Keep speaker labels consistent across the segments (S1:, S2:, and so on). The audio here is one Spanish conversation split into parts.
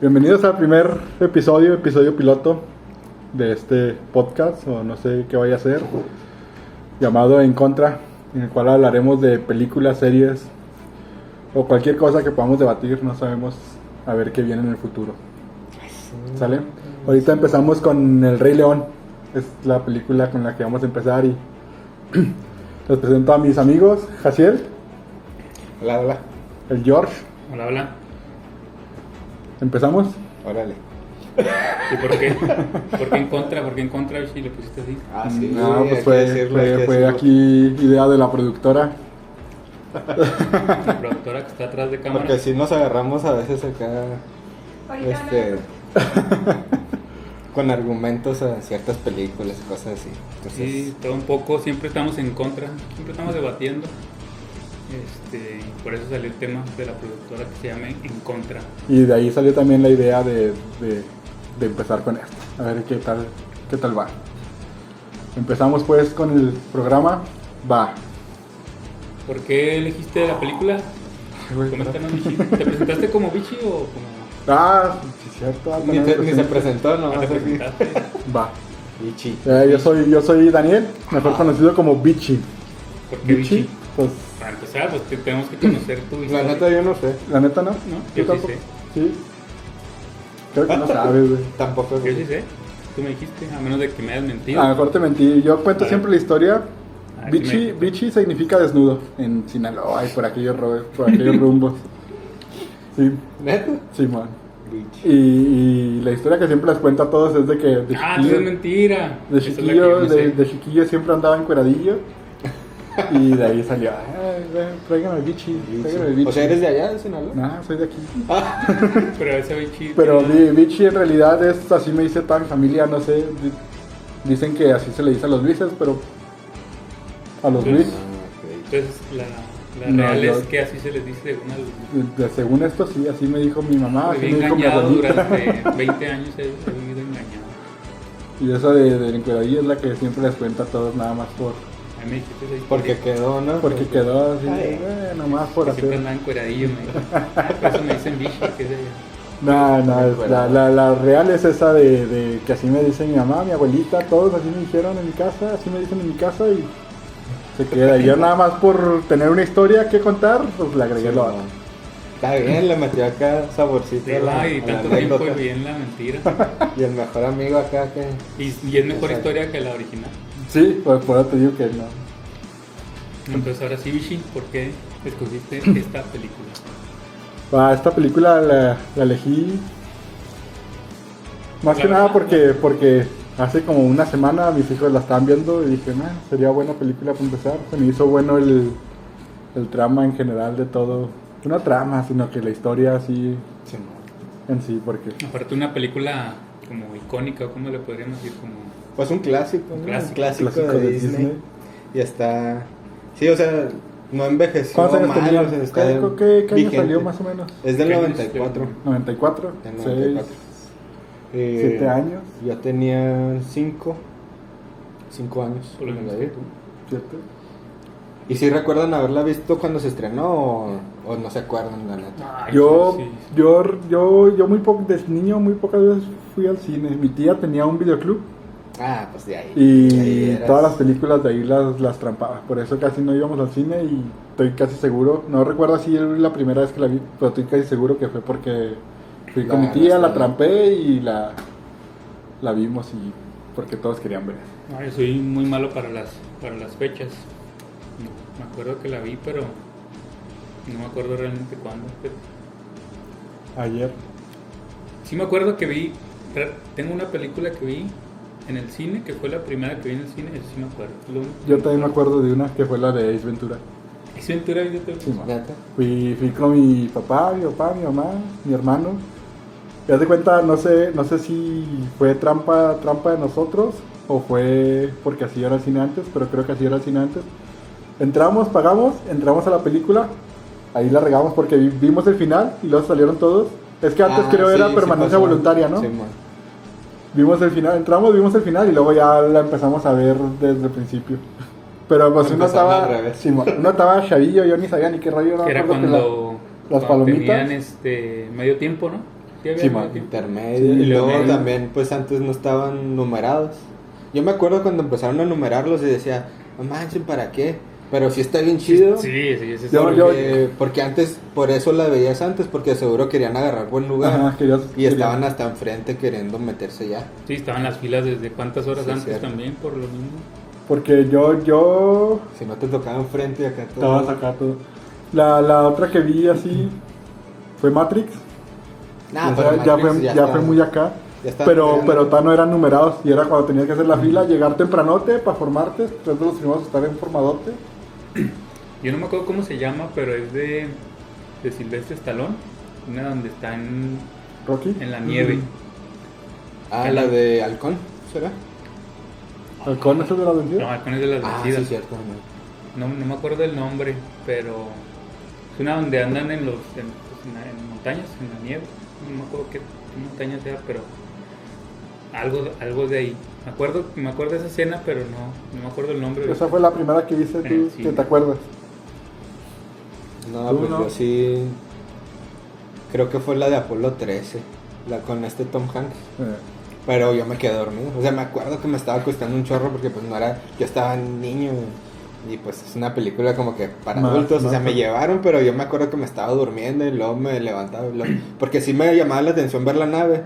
S1: Bienvenidos al primer episodio, episodio piloto de este podcast, o no sé qué vaya a ser, llamado En Contra, en el cual hablaremos de películas, series o cualquier cosa que podamos debatir, no sabemos a ver qué viene en el futuro. ¿Sale? Ahorita empezamos con El Rey León, es la película con la que vamos a empezar y les presento a mis amigos, Jaciel,
S2: Hola, hola.
S1: el George,
S3: Hola, hola.
S1: empezamos.
S2: Órale.
S3: ¿Y por qué? ¿Por qué en contra? ¿Por qué en contra? Si le pusiste así.
S2: Ah,
S1: No,
S2: hay
S1: pues
S2: que
S1: fue,
S2: decirlo, hay
S1: fue,
S2: que
S1: fue
S2: decirlo.
S1: aquí idea de la productora.
S3: La productora que está atrás de cámara.
S2: Porque si nos agarramos a veces acá
S4: Ahorita
S2: este, con argumentos a ciertas películas y cosas así. Entonces,
S3: Sí, todo un poco. Siempre estamos en contra. Siempre estamos debatiendo. Este, y por eso salió el tema de la productora que se llama En Contra.
S1: Y de ahí salió también la idea de, de- de empezar con esto. A ver qué tal, qué tal va. Empezamos pues con el programa. Va.
S3: ¿Por qué elegiste la película? Coméntanos, Vichy. ¿Te presentaste como Vichy o como.?
S1: Ah, sí, cierto. ah,
S2: ni,
S1: también
S2: te- ni se
S1: presento.
S2: presentó, no.
S3: Ah, te presentaste.
S1: Va.
S2: Ichi.
S1: Eh, yo, soy, yo soy Daniel,
S2: Ah.
S1: mejor conocido como Bichi.
S3: ¿Por qué Vichy?
S1: Pues
S3: Para empezar, pues te- tenemos que conocer tu
S2: La
S3: historia.
S2: neta yo no sé.
S1: la neta no.
S3: No, yo sí
S1: tampoco.
S3: sé.
S1: Sí. Creo que no sabes, güey.
S2: Tampoco.
S3: Yo sí sé. ¿eh? Tú me dijiste, a menos de que me hayas mentido.
S2: Ah,
S1: A lo mejor te mentí. Ah, Yo cuento
S3: Ah.
S1: siempre la historia.
S3: Ah, sí
S1: Bichi,
S3: me-
S1: bichi significa desnudo en Sinaloa y por aquellos, ro- por aquellos rumbos. Sí,
S2: ¿Neta?
S1: sí, man.
S2: Ichi.
S1: Y, y la historia que siempre les cuento a todos es de que de
S3: Ah, entonces es
S1: chiquillo,
S3: mentira.
S1: de
S3: Esa es la que
S1: chiquillo,
S3: yo no
S1: de-
S3: sé.
S1: de chiquillo siempre andaba en cueradillo. Y de ahí salió, "Ay, güey, traigan al bichi, traigan al bichi.
S2: O sea, ¿eres de allá, de Sinaloa?
S1: No, soy de aquí.
S3: Pero ese bichi.
S1: Pero
S3: tiene-
S1: Bi- bichi en realidad es, así me dice toda mi familia, no sé. di- Dicen que así se le dice a los Luises, pero a los
S3: Sí.
S1: Luis.
S2: Ah,
S3: Entonces, la, la
S1: No,
S3: real
S1: yo-
S3: es que así se les dice según al.
S1: De- de- según esto, sí, así me dijo mi mamá, así
S3: Viví
S1: me dijo mi
S3: engañado
S1: abuelita.
S3: durante 20 años, he, he vivido engañado.
S1: Y esa de, de encueradilla es la que siempre les cuenta a todos, nada más por.
S3: A mí me dijiste esa historia,
S2: ok. Porque quedó, ¿no?
S1: Porque quedó así,
S2: Ay.
S1: eh, nada más por
S3: que siempre
S1: hacer.
S3: andaba encueradillo, me dijo. Ah, Por eso me dicen bichi, que es de.
S1: No, no, es-
S2: Bueno.
S1: la, la, la real es esa de, de que así me dice mi mamá, mi abuelita, todos así me dijeron en mi casa, así me dicen en mi casa y se queda. Y yo nada más por tener una historia que contar, pues le agregué
S2: Sí,
S1: lo
S2: no.
S1: otro.
S2: Está bien, le metió acá saborcito. a
S3: de
S2: la-
S3: ay,
S2: a la
S3: tanto tiempo
S2: anécdota.
S3: viví en la mentira.
S2: Y el mejor amigo acá que.
S3: Y, y es mejor
S2: Exacto.
S3: historia que la original.
S1: Sí, pues por eso te digo que no.
S3: Entonces, ahora sí, bichi, ¿por qué escogiste esta película?
S1: Ah, esta película la, la elegí más
S3: La
S1: que nada
S3: verdad,
S1: porque, porque hace como una semana mis hijos la estaban viendo y dije, "Nah, sería buena película para empezar. Se me hizo bueno el, el trama en general de todo. No trama, sino que la historia así
S2: Sí, no.
S1: en sí, porque...
S3: Aparte, una película como icónica, ¿cómo le podríamos decir? Como.
S2: Pues un clásico,
S3: Un
S2: ¿no?
S3: clásico.
S2: Un clásico,
S1: Clásico
S2: de,
S1: de
S2: Disney.
S1: Disney.
S2: Y está. Sí, o sea, no envejeció.
S1: ¿Cuántos años
S2: mal,
S1: tenía?
S2: o sea, está
S1: ¿Qué- ¿Qué, qué año
S2: vigente.
S1: salió más o menos?
S2: Es del
S3: ¿Qué años
S2: 94.
S1: ¿94?
S2: Del
S1: seis,
S2: 94. Eh,
S1: ¿Siete años?
S2: Yo tenía 5. 5 años.
S3: Por lo
S2: cuando
S3: menos
S2: la vi.
S3: que tú.
S1: ¿Siete?
S2: ¿Y si recuerdan haberla visto cuando se estrenó o, o no se acuerdan, la neta?
S3: Ay,
S1: Yo,
S3: sí.
S1: yo, yo, yo muy poco, desde niño muy pocas veces fui al cine. Mi tía tenía un videoclub
S2: Ah, pues de ahí. de ahí
S1: y
S2: eras.
S1: todas las películas de ahí las, las trampaba. Por eso casi no íbamos al cine y estoy casi seguro, no recuerdo si era la primera vez que la vi, pero estoy casi seguro que fue porque fui con
S2: La
S1: mi tía, la
S2: arrastraron.
S1: trampé y la, la vimos y porque todos querían ver.
S3: No, yo soy muy malo para las, para las fechas. No, me acuerdo que la vi, pero no me acuerdo realmente cuándo. pero-
S1: Ayer.
S3: Sí me acuerdo que vi, re- tengo una película que vi en el cine, que fue la primera que vi en el cine, eso sí me acuerdo. Lo único que
S1: Yo también me acuerdo de una que fue la de Ace Ventura.
S3: acuerdo. Ace Ventura, ¿viste?
S1: Sí, ma.
S2: Neta.
S1: Fui, fui con mi papá, mi papá, mi mamá, mi hermano. Y haz de cuenta, no sé, no sé si fue trampa, trampa de nosotros o fue porque así era el cine antes, pero creo que así era el cine antes. Entramos, pagamos, entramos a la película, ahí la regamos porque vi- vimos el final y luego salieron todos. Es que antes
S2: Ah,
S1: creo
S2: sí,
S1: era
S2: sí
S1: permanencia
S2: pasó.
S1: voluntaria, ¿no?
S2: Sí, man.
S1: Vimos el final, entramos, vimos el final y luego ya la empezamos a ver desde el principio. Pero pues uno
S2: Empezaron
S1: estaba,
S2: al revés.
S1: sí, uno estaba chavillo, yo ni sabía ni qué rollo
S3: Que
S1: me
S3: era
S1: acuerdo que la-
S3: cuando,
S1: las
S3: cuando
S1: palomitas.
S3: tenían este medio tiempo, ¿no? ¿Qué había
S1: Sí,
S3: en
S1: man,
S3: aquel tiempo?
S2: Intermedio.
S3: Sí,
S2: y luego
S3: intermedio.
S2: también, pues antes no estaban numerados. Yo me acuerdo cuando empezaron a numerarlos y decía, no manchen, ¿para qué? Pero sí está bien chido.
S3: Sí, sí, sí. sí,
S1: Yo-
S3: sí.
S1: yo-
S2: porque, porque antes, por eso la veías antes, porque seguro querían agarrar buen lugar.
S1: Ajá, querías-
S2: y
S1: querías-
S2: estaban hasta enfrente queriendo meterse ya.
S3: Sí, estaban las filas desde cuántas horas
S2: Sí,
S3: antes
S2: cierto.
S3: también, por lo mismo.
S1: Porque yo, yo
S2: Si no te tocaba enfrente y acá todo.
S1: Estabas acá todo. La, la otra que vi así fue Matrix.
S2: Nah,
S1: O
S2: Ah, pero
S1: sea, ya
S2: Matrix
S1: fue, ya
S2: estaba-
S1: fue muy acá.
S2: ya estaba
S1: pero
S2: pegando.
S1: pero ta no eran numerados y era cuando tenías que hacer la fila, llegar tempranote para formarte, ser de los primeros que estar en formadote.
S3: Yo no me acuerdo cómo se llama, pero es de, de Silvestre Stallone. Una donde están
S1: Rocky.
S3: en la nieve.
S2: Mm, Ah, la de halcón, ¿será?
S1: ¿Halcón es el de la
S3: No,
S1: vencida?
S3: Halcones de las
S2: Ah, sí,
S3: Vencidas.
S2: cierto. no.
S3: no, no me acuerdo el nombre, pero es una donde andan en los en, pues, en la- en montañas, en la nieve. No me acuerdo qué, qué montaña sea, pero algo, algo de ahí. Me acuerdo, me acuerdo de esa escena, pero no, no me acuerdo el nombre.
S1: Esa fue la primera que viste
S3: En
S1: tú,
S3: el cine.
S1: que te acuerdas.
S2: No,
S1: ¿Tú
S2: pues
S1: no?
S2: yo sí. Creo que fue la de Apolo 13, la con este Tom Hanks.
S1: Eh,
S2: Pero yo me quedé dormido. O sea, me acuerdo que me estaba costando un chorro porque pues no era. Yo estaba niño. Y pues es una película como que para
S1: Más-
S2: adultos. o sea,
S1: más-
S2: me llevaron, pero yo me acuerdo que me estaba durmiendo y luego me levantaba. y luego- porque sí me llamaba la atención ver la nave.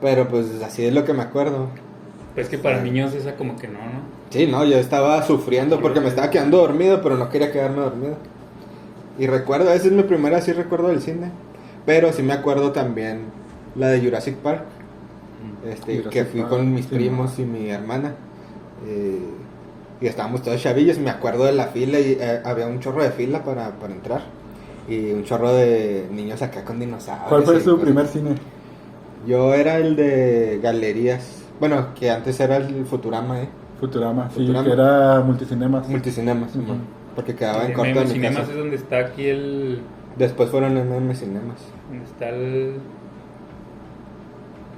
S2: Pero pues así es lo que me acuerdo.
S3: Pues que para niños esa como que no, ¿no?
S2: Sí, no, yo estaba sufriendo porque me estaba quedando dormido, pero no quería quedarme dormido. Y recuerdo, esa es mi primera, sí recuerdo del cine. Pero sí me acuerdo también la de Jurassic Park, este,
S1: Jurassic
S2: que fui
S1: Park,
S2: con mis
S1: sí,
S2: primos y mi hermana. eh, y estábamos todos chavillos, me acuerdo de la fila y eh, había un chorro de fila para, para entrar. Y un chorro de niños acá con dinosaurios.
S1: ¿Cuál fue
S2: y
S1: su
S2: cosas.
S1: primer cine?
S2: Yo era el de galerías. Bueno, que antes era el Futurama, ¿eh?
S1: Futurama, sí,
S2: Futurama.
S1: que era multicinemas.
S2: Multicinemas,
S1: Ujú.
S2: Simón, porque quedaba Ah, en
S3: En
S2: corto de mi
S3: cinemas
S2: casa.
S3: es donde está aquí el
S2: Después fueron MM Cinemas.
S3: donde está el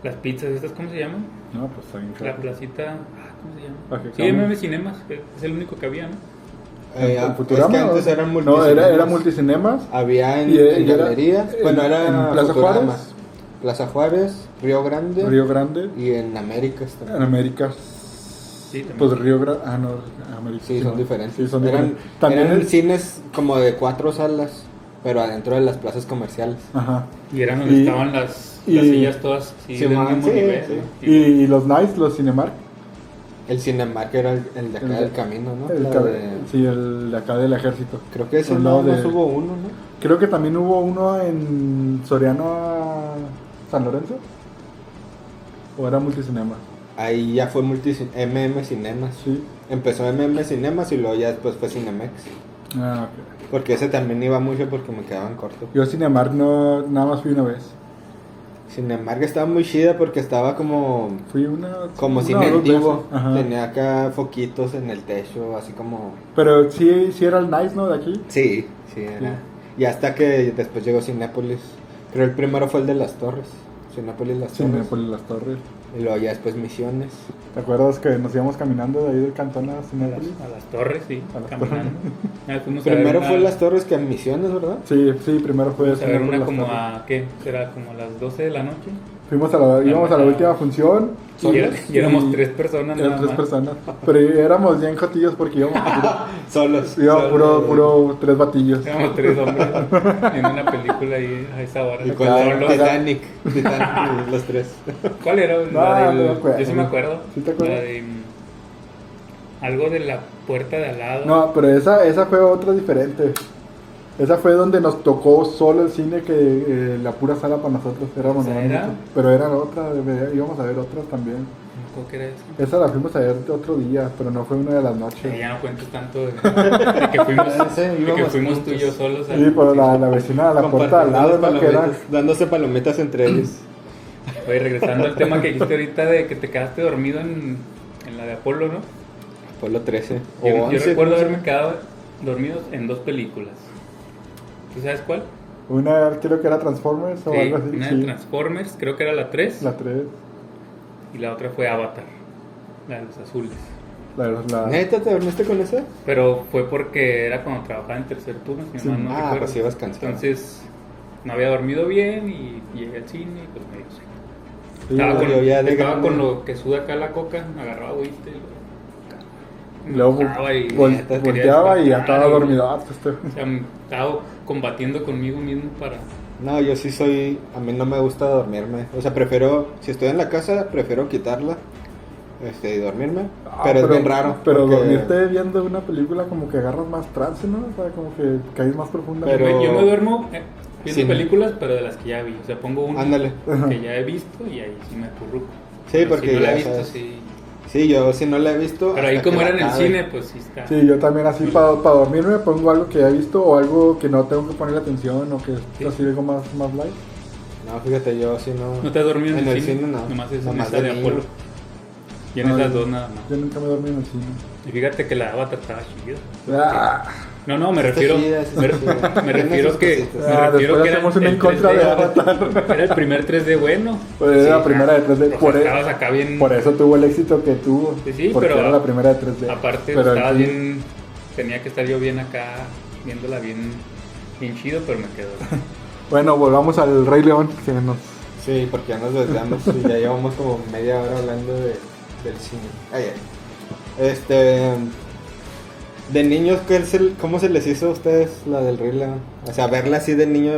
S3: las pizzas estas cómo se llaman?
S1: No, pues está bien
S3: La
S1: claro.
S3: placita, ah, ¿cómo se llama?
S1: Ok,
S3: sí,
S1: ¿cómo?
S3: MM Cinemas, que es el único que había, ¿no?
S2: Eh,
S1: ¿En
S2: ah,
S1: Futurama
S2: es que
S1: o-
S2: antes eran
S1: No,
S2: multicinemas.
S1: era, era multicinemas.
S2: Había en,
S1: Y, eh,
S2: en
S1: y era-
S2: galerías.
S1: en-
S2: bueno, era
S1: en Plaza
S2: Futurama.
S1: Juárez.
S2: Plaza Juárez, Río Grande
S1: Río Grande. Ah,
S2: y en América. está.
S1: En América.
S3: también.
S1: pues Río Grande. Ah, no, América.
S2: Sí, son diferentes.
S1: Sí, son
S2: eran
S1: diferentes. También
S2: eran
S1: el-
S2: cines como de cuatro salas, pero adentro de las plazas comerciales.
S1: Ajá.
S3: Y eran donde
S1: Y-
S3: estaban las,
S1: y-
S3: las sillas todas sí,
S2: Sí,
S3: del
S2: man,
S3: mismo
S2: Ah, sí,
S3: nivel.
S2: sí.
S3: ¿no?
S1: Y, y los Nice, los Cinemark.
S2: El Cinemark era el, el de acá
S1: El de-
S2: del camino, ¿no?
S1: el
S2: La
S1: ca-
S2: de-
S1: Sí, el de acá del ejército.
S2: Creo que ese
S1: Al
S2: no,
S1: lado
S2: más
S1: de-
S2: hubo uno, ¿no?
S1: Creo que también hubo uno en Soriano a San Lorenzo. O era multicinema.
S2: Ahí ya fue multi- MM Cinemas.
S1: Sí.
S2: Empezó MM Cinemas y luego ya después fue Cinemex.
S1: Ah, ok.
S2: Porque ese también iba mucho porque me quedaban corto.
S1: Yo a Cinemark no, nada más fui una vez.
S2: Sin embargo, estaba muy chida porque estaba como,
S1: Fui una.
S2: como
S1: una
S2: cine
S1: o dos
S2: antiguo.
S1: veces. Ajá.
S2: Tenía acá foquitos en el techo, así como.
S1: Pero sí, sí era el Nice, ¿no? De aquí.
S2: Sí, sí, era.
S1: Sí.
S2: Y hasta que después llegó Cinépolis. Creo el primero fue el de las Torres. Cinépolis Las Torres.
S1: Cinépolis Las Torres.
S2: Y luego ya después Misiones.
S1: ¿Te acuerdas que nos íbamos caminando de ahí del cantón a
S3: A las,
S1: Cinépolis?
S3: a las torres, sí,
S1: A las
S3: caminando. Ah, fuimos a ver
S2: Primero
S3: una-
S2: fue Las Torres que en Misiones, ¿verdad?
S1: Sí, sí, primero fue
S3: Fuimos a ver
S1: Cinépolis
S3: una
S1: Las
S3: como
S1: Torres.
S3: a, ¿qué? ¿Será como a las 12 de la noche?
S1: Fuimos a la, íbamos a la
S3: Ajá.
S1: última función.
S3: Y era- y éramos tres personas
S1: Eran
S3: nada
S1: tres
S3: más.
S1: personas. Pero éramos bien jotillos porque íbamos puro,
S2: Solos.
S1: íbamos
S2: solos.
S1: puro, puro tres batillos.
S3: Éramos tres hombres en una película ahí a esa hora.
S2: Y
S1: cuál
S2: con
S1: era?
S3: Solos.
S2: Titanic. Titanic, los tres.
S3: ¿Cuál era?
S1: No,
S3: La
S1: no me
S3: del-
S1: acuerdo.
S3: Yo sí me acuerdo.
S1: ¿Sí te acuerdas?
S3: La de, mm, algo de la puerta de al lado.
S1: No, pero esa, esa fue otra diferente. Esa fue donde nos tocó solo el cine que eh, la pura sala para nosotros éramos
S3: ¿Esa
S1: nada
S3: era?
S1: mucho. Pero era otra, de- íbamos a ver otras también.
S3: ¿Cómo que era eso?
S1: Esa la fuimos a ver otro día, pero no fue una de las noches.
S3: Ya no cuentes tanto de, de que fuimos,
S2: Sí,
S3: de que
S2: íbamos
S3: fuimos tú
S2: juntos.
S3: y yo solos. al-
S1: Sí, pero la, la vecina de la puerta al lado, ¿no?
S2: Compartiendo
S1: Que
S2: las
S1: era,
S2: palomitas, dándose palomitas entre ellos.
S3: Oye, regresando al tema que dijiste ahorita de que te quedaste dormido en, en la de Apolo, ¿no?
S2: Apolo 13.
S3: Yo, yo
S2: 11,
S3: recuerdo
S2: ¿cómo se
S3: haberme
S2: llama?
S3: quedado dormido en dos películas. ¿Tú sabes cuál?
S1: una creo que era Transformers o
S3: Sí,
S1: algo así.
S3: una
S1: sí.
S3: de Transformers, creo que era la 3,
S1: La 3.
S3: y la otra fue Avatar, la de los azules.
S1: La, la,
S2: ¿Neta te dormiste con esa?
S3: Pero fue porque era cuando trabajaba en tercer turno, si
S1: Sí.
S3: no mal no
S2: Ah,
S3: recuerdo.
S2: pues ibas cansado.
S3: Entonces, no había dormido bien y llegué al cine y pues me dio sueño.
S1: Sí,
S3: Estaba,
S2: lo
S1: güey.
S3: con,
S2: vio ya de
S3: estaba
S2: grande.
S3: con lo que suda acá la coca, me agarraba agüita y
S1: Luego
S3: lo botaba y-
S1: vol-
S3: Ah, quería
S1: volteaba y ya
S3: despertar,
S1: estaba
S3: güey.
S1: dormido. Ah, este-
S3: O sea, me estaba combatiendo conmigo mismo para...
S2: No, yo sí soy. A mí no me gusta dormirme. O sea, prefiero. Si estoy en la casa, prefiero quitarla. Este, y dormirme.
S1: Ah,
S2: pero, es bien raro.
S1: Pero
S2: porque-
S1: dormirte viendo una película como que agarras más trance, ¿no? O sea, como que caes más profunda.
S2: Pero-
S3: Yo, me- yo me duermo eh, viendo
S2: Sí.
S3: películas, pero de las que ya vi. O sea, pongo una
S2: Ándale.
S3: que ya he visto y ahí sí me acurruco.
S2: Sí,
S3: Pero
S2: porque
S3: Si no la
S2: ya
S3: he visto,
S2: sabes.
S3: sí.
S2: Sí, yo si no la he visto.
S3: Pero ahí
S2: hasta
S3: como
S2: que
S3: era
S2: la
S3: en el
S2: acabe.
S3: cine, pues sí está.
S1: Sí, yo también así para dormirme pongo algo que ya he visto o algo que no tengo que ponerle atención o que
S3: Sí.
S1: así algo más, más light.
S2: No, fíjate, yo si no.
S3: ¿No te has dormido en,
S2: En
S3: el
S2: el
S3: cine?
S2: cine, no.
S3: Nomás es en
S2: Nomás
S3: esa
S2: de
S3: de
S2: niño.
S3: Apolo. Y en
S1: No,
S3: esas
S1: yo-
S3: dos nada más.
S1: Yo nunca me he dormido en el cine.
S3: Y fíjate que la Avatar estaba chida.
S1: Ah,
S3: No, no, me
S2: Está
S3: refiero.
S2: chida, sí,
S3: me,
S2: está chida.
S3: me
S2: Tiene
S3: refiero
S2: sus
S3: que.
S2: cositas.
S3: Me
S1: Ah,
S3: refiero
S1: después
S3: que era
S1: hacemos una
S3: el
S1: en contra
S3: 3D
S1: de Avatar.
S3: Era el primer 3D bueno.
S1: Pues era la
S3: Sí,
S1: primera de
S3: ajá.
S1: 3D.
S3: O sea,
S1: por, e-
S3: estabas acá bien.
S1: por eso tuvo el éxito que tuvo.
S3: Sí, sí,
S1: porque
S3: pero
S1: era la primera de 3D.
S3: Aparte,
S1: Pero el
S3: estaba
S1: cine-
S3: bien. Tenía que estar yo bien acá, viéndola bien, bien chido, pero me quedo.
S1: Bueno, volvamos al Rey León. Que nos...
S2: Sí, porque ya nos desviamos y ya llevamos como media hora hablando de, del cine. Ayer. Este. De niños, ¿qué es el- ¿cómo se les hizo a ustedes la del Rey León? O sea, verla así de niño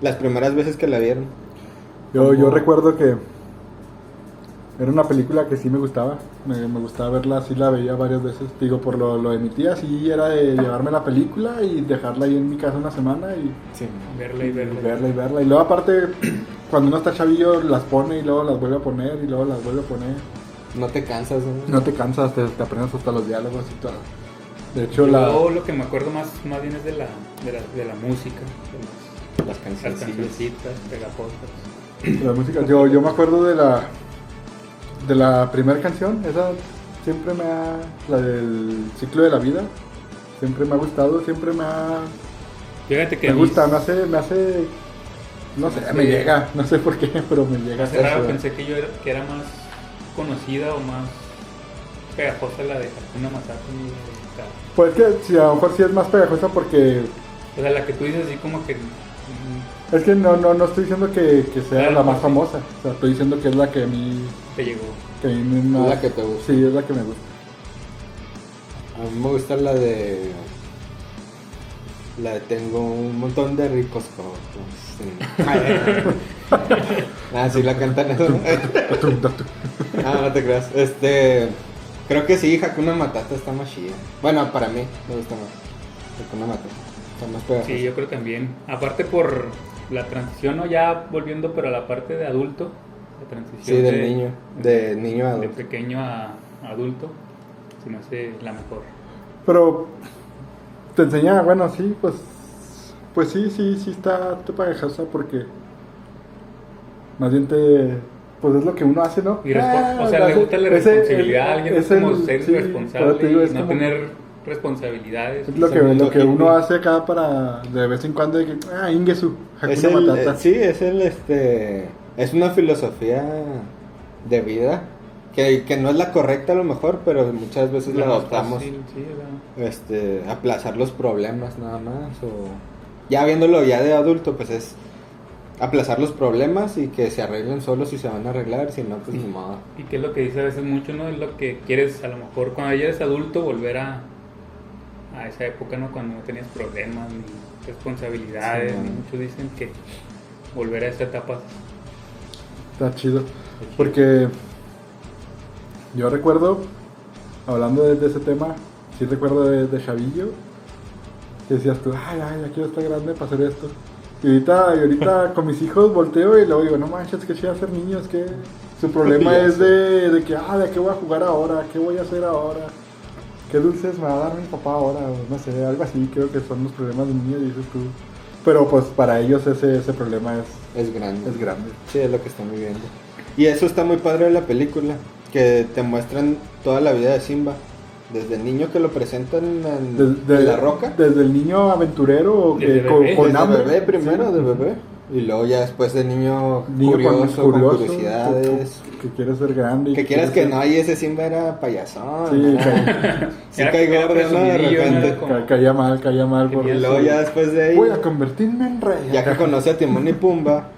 S2: las primeras veces que la vieron.
S1: yo, yo
S2: Como-
S1: recuerdo que era una película que sí me gustaba. Me, me gustaba verla, sí la veía varias veces. Digo, por lo, lo de mi tía, sí era de llevarme la película y dejarla ahí en mi casa una semana y
S2: Sí.
S3: Verla y verla.
S1: verla y verla. Y luego aparte, cuando uno está chavillo, las pone y luego las vuelve a poner y luego las vuelve a poner.
S2: No te cansas, ¿no?
S1: No te cansas, te, te aprendes hasta los diálogos y todo. De hecho,
S3: Yo
S1: la...
S3: lo que me acuerdo más, más bien es de la, de la, de la música, de
S2: Las
S3: las, las
S2: canciones.
S3: cancioncitas, pegapostas.
S1: La música, yo, yo me acuerdo de la de la primera canción, esa siempre me ha, la del ciclo de la vida, siempre me ha gustado, siempre me ha,
S3: Fíjate que
S1: me
S3: a mí
S1: gusta, me hace, me hace, no sé,
S3: Sí.
S1: me llega, no sé por qué, pero me llega.
S3: Hace raro pensé que yo era, que era más conocida o más pegajosa la de Hakuna Matata. ni la de Ka-
S1: Pues que si a lo mejor sí es más pegajosa porque
S3: O sea, la que tú dices así como que... mm,
S1: es que no, no, no estoy diciendo que, que sea
S3: Claro, pues
S1: la más
S3: sí.
S1: famosa, o sea, estoy diciendo que es la que a mí,
S3: Te llegó.
S1: que a mí me
S2: Es
S1: más-
S2: la que te gusta.
S1: Sí, es la que me gusta.
S2: A mí me gusta la de. La de tengo un montón de ricos cocos. Sí. ah, sí, la cantan eso. Ah, no te creas. Este. Creo que sí, Hakuna Matata está más chida. Bueno, para mí me gusta más. Hakuna Matata. Está más pegajosa.
S3: Sí, yo creo también. Aparte por la transición, ¿no? ya volviendo, pero a la parte de adulto. La transición
S2: Sí, del
S3: de-
S2: niño. De niño a
S3: de
S2: adulto.
S3: pequeño a a adulto. Se me hace la mejor.
S1: Pero te enseña, bueno, sí, pues pues sí, sí, sí está tu parejaza porque más bien te pues es lo que uno hace, ¿no?
S3: Y respo- o sea,
S1: la-
S3: le gusta la
S1: ese-
S3: responsabilidad a
S1: Ah, el-
S3: alguien, es
S1: es
S3: como
S1: el-
S3: ser
S1: sí, por eso te
S3: irresponsable
S1: digo,
S3: y
S1: es
S3: no
S1: como-
S3: tener responsabilidades.
S1: Es lo que,
S2: Segundo
S1: lo que
S2: hippie.
S1: uno hace acá para de vez en cuando de que ah, Ingesu,
S2: Es
S1: Hakuna
S2: el,
S1: Matata.
S2: eh, sí, es el este. Es una filosofía de vida. Que, que no es la correcta a lo mejor, pero muchas veces la
S3: más
S2: adoptamos.
S3: fácil, sí, o sea,
S2: este, aplazar los problemas nada más o ya viéndolo ya de adulto pues es aplazar los problemas y que se arreglen solos si se van a arreglar, si no pues ni modo.
S3: Y que es lo que dice a veces mucho, ¿no? Es lo que quieres, a lo mejor, cuando ya eres adulto, volver a, a esa época, ¿no? Cuando no tenías problemas, ni responsabilidades,
S2: Sí,
S3: ni
S2: man.
S3: muchos dicen que volver a esa etapa.
S1: Está chido. Porque yo recuerdo, hablando de, de ese tema, sí recuerdo de, de Chavillo, que decías tú, ay, ay, ya quiero estar grande para hacer esto. Y ahorita, y ahorita con mis hijos volteo y luego digo, no manches, que chido ser niños, que su problema es de, de que, ah, de qué voy a jugar ahora, qué voy a hacer ahora, qué dulces me va a dar mi papá ahora, o no sé, algo así, creo que son los problemas de niños, dices tú. Pero pues para ellos ese, ese problema es,
S2: Es grande.
S1: es grande.
S2: Sí, es lo que están viviendo. Y eso está muy padre de la película, que te muestran toda la vida de Simba, desde niño que lo presentan en,
S1: Desde,
S2: en la roca,
S1: Desde el niño aventurero o que
S3: Desde
S1: con,
S3: bebé.
S1: con
S2: desde
S1: hambre.
S2: bebé primero,
S1: Sí.
S2: de bebé, y luego ya después de niño,
S1: Niño con-
S2: curioso, con
S1: curioso,
S2: curiosidades,
S1: que quieres ser grande. y
S2: Que quieras que
S1: ser-
S2: no, y ese Simba era payasón.
S1: Sí,
S2: ¿no?
S1: ca-
S2: Sí
S3: Era-
S2: cae
S3: era
S2: gordo, ¿no? De
S3: presumidillo, ¿no?
S2: repente.
S3: Como-
S1: ca- caía mal, caía mal. Por
S3: Y
S2: Y
S1: eso.
S2: luego ya después de ahí,
S1: Voy a convertirme en rey.
S2: ya que conoce a Timón y Pumba,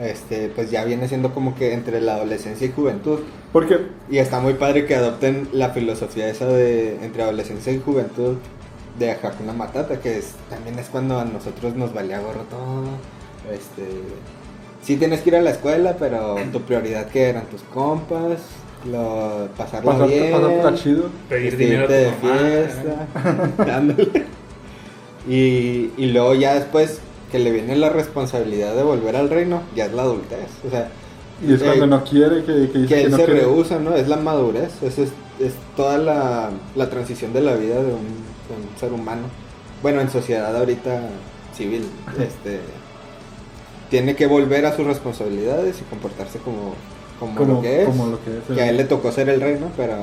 S2: este, pues ya viene siendo como que entre la adolescencia y juventud.
S1: Porque
S2: Y está muy padre que adopten la filosofía esa de entre adolescencia y juventud de Hakuna Matata, que es, también es cuando a nosotros nos valía gorro todo. Este, sí tienes que ir a la escuela, pero tu prioridad que eran tus compas, lo, pasarla
S1: pasarte,
S2: bien,
S1: pasarte chido.
S3: Pedir
S2: este,
S3: dinero a
S2: irte
S3: tu
S2: de
S3: mamá. ¿eh? ¿no?
S2: fiesta, dándole. Y, y luego ya después que le viene la responsabilidad de volver al reino, ya es la adultez. O sea,
S1: Y es cuando
S2: Eh,
S1: no quiere, que, que dice
S2: que
S1: que
S2: él
S1: no
S2: se
S1: quiere.
S2: rehúsa, ¿no? Es la madurez, es, es, es toda la, la transición de la vida de un, de un ser humano. Bueno, en sociedad ahorita civil, este tiene que volver a sus responsabilidades y comportarse como, como,
S1: Como,
S2: lo que es.
S1: como lo que es.
S2: Que a él le tocó ser el rey, ¿no? Pero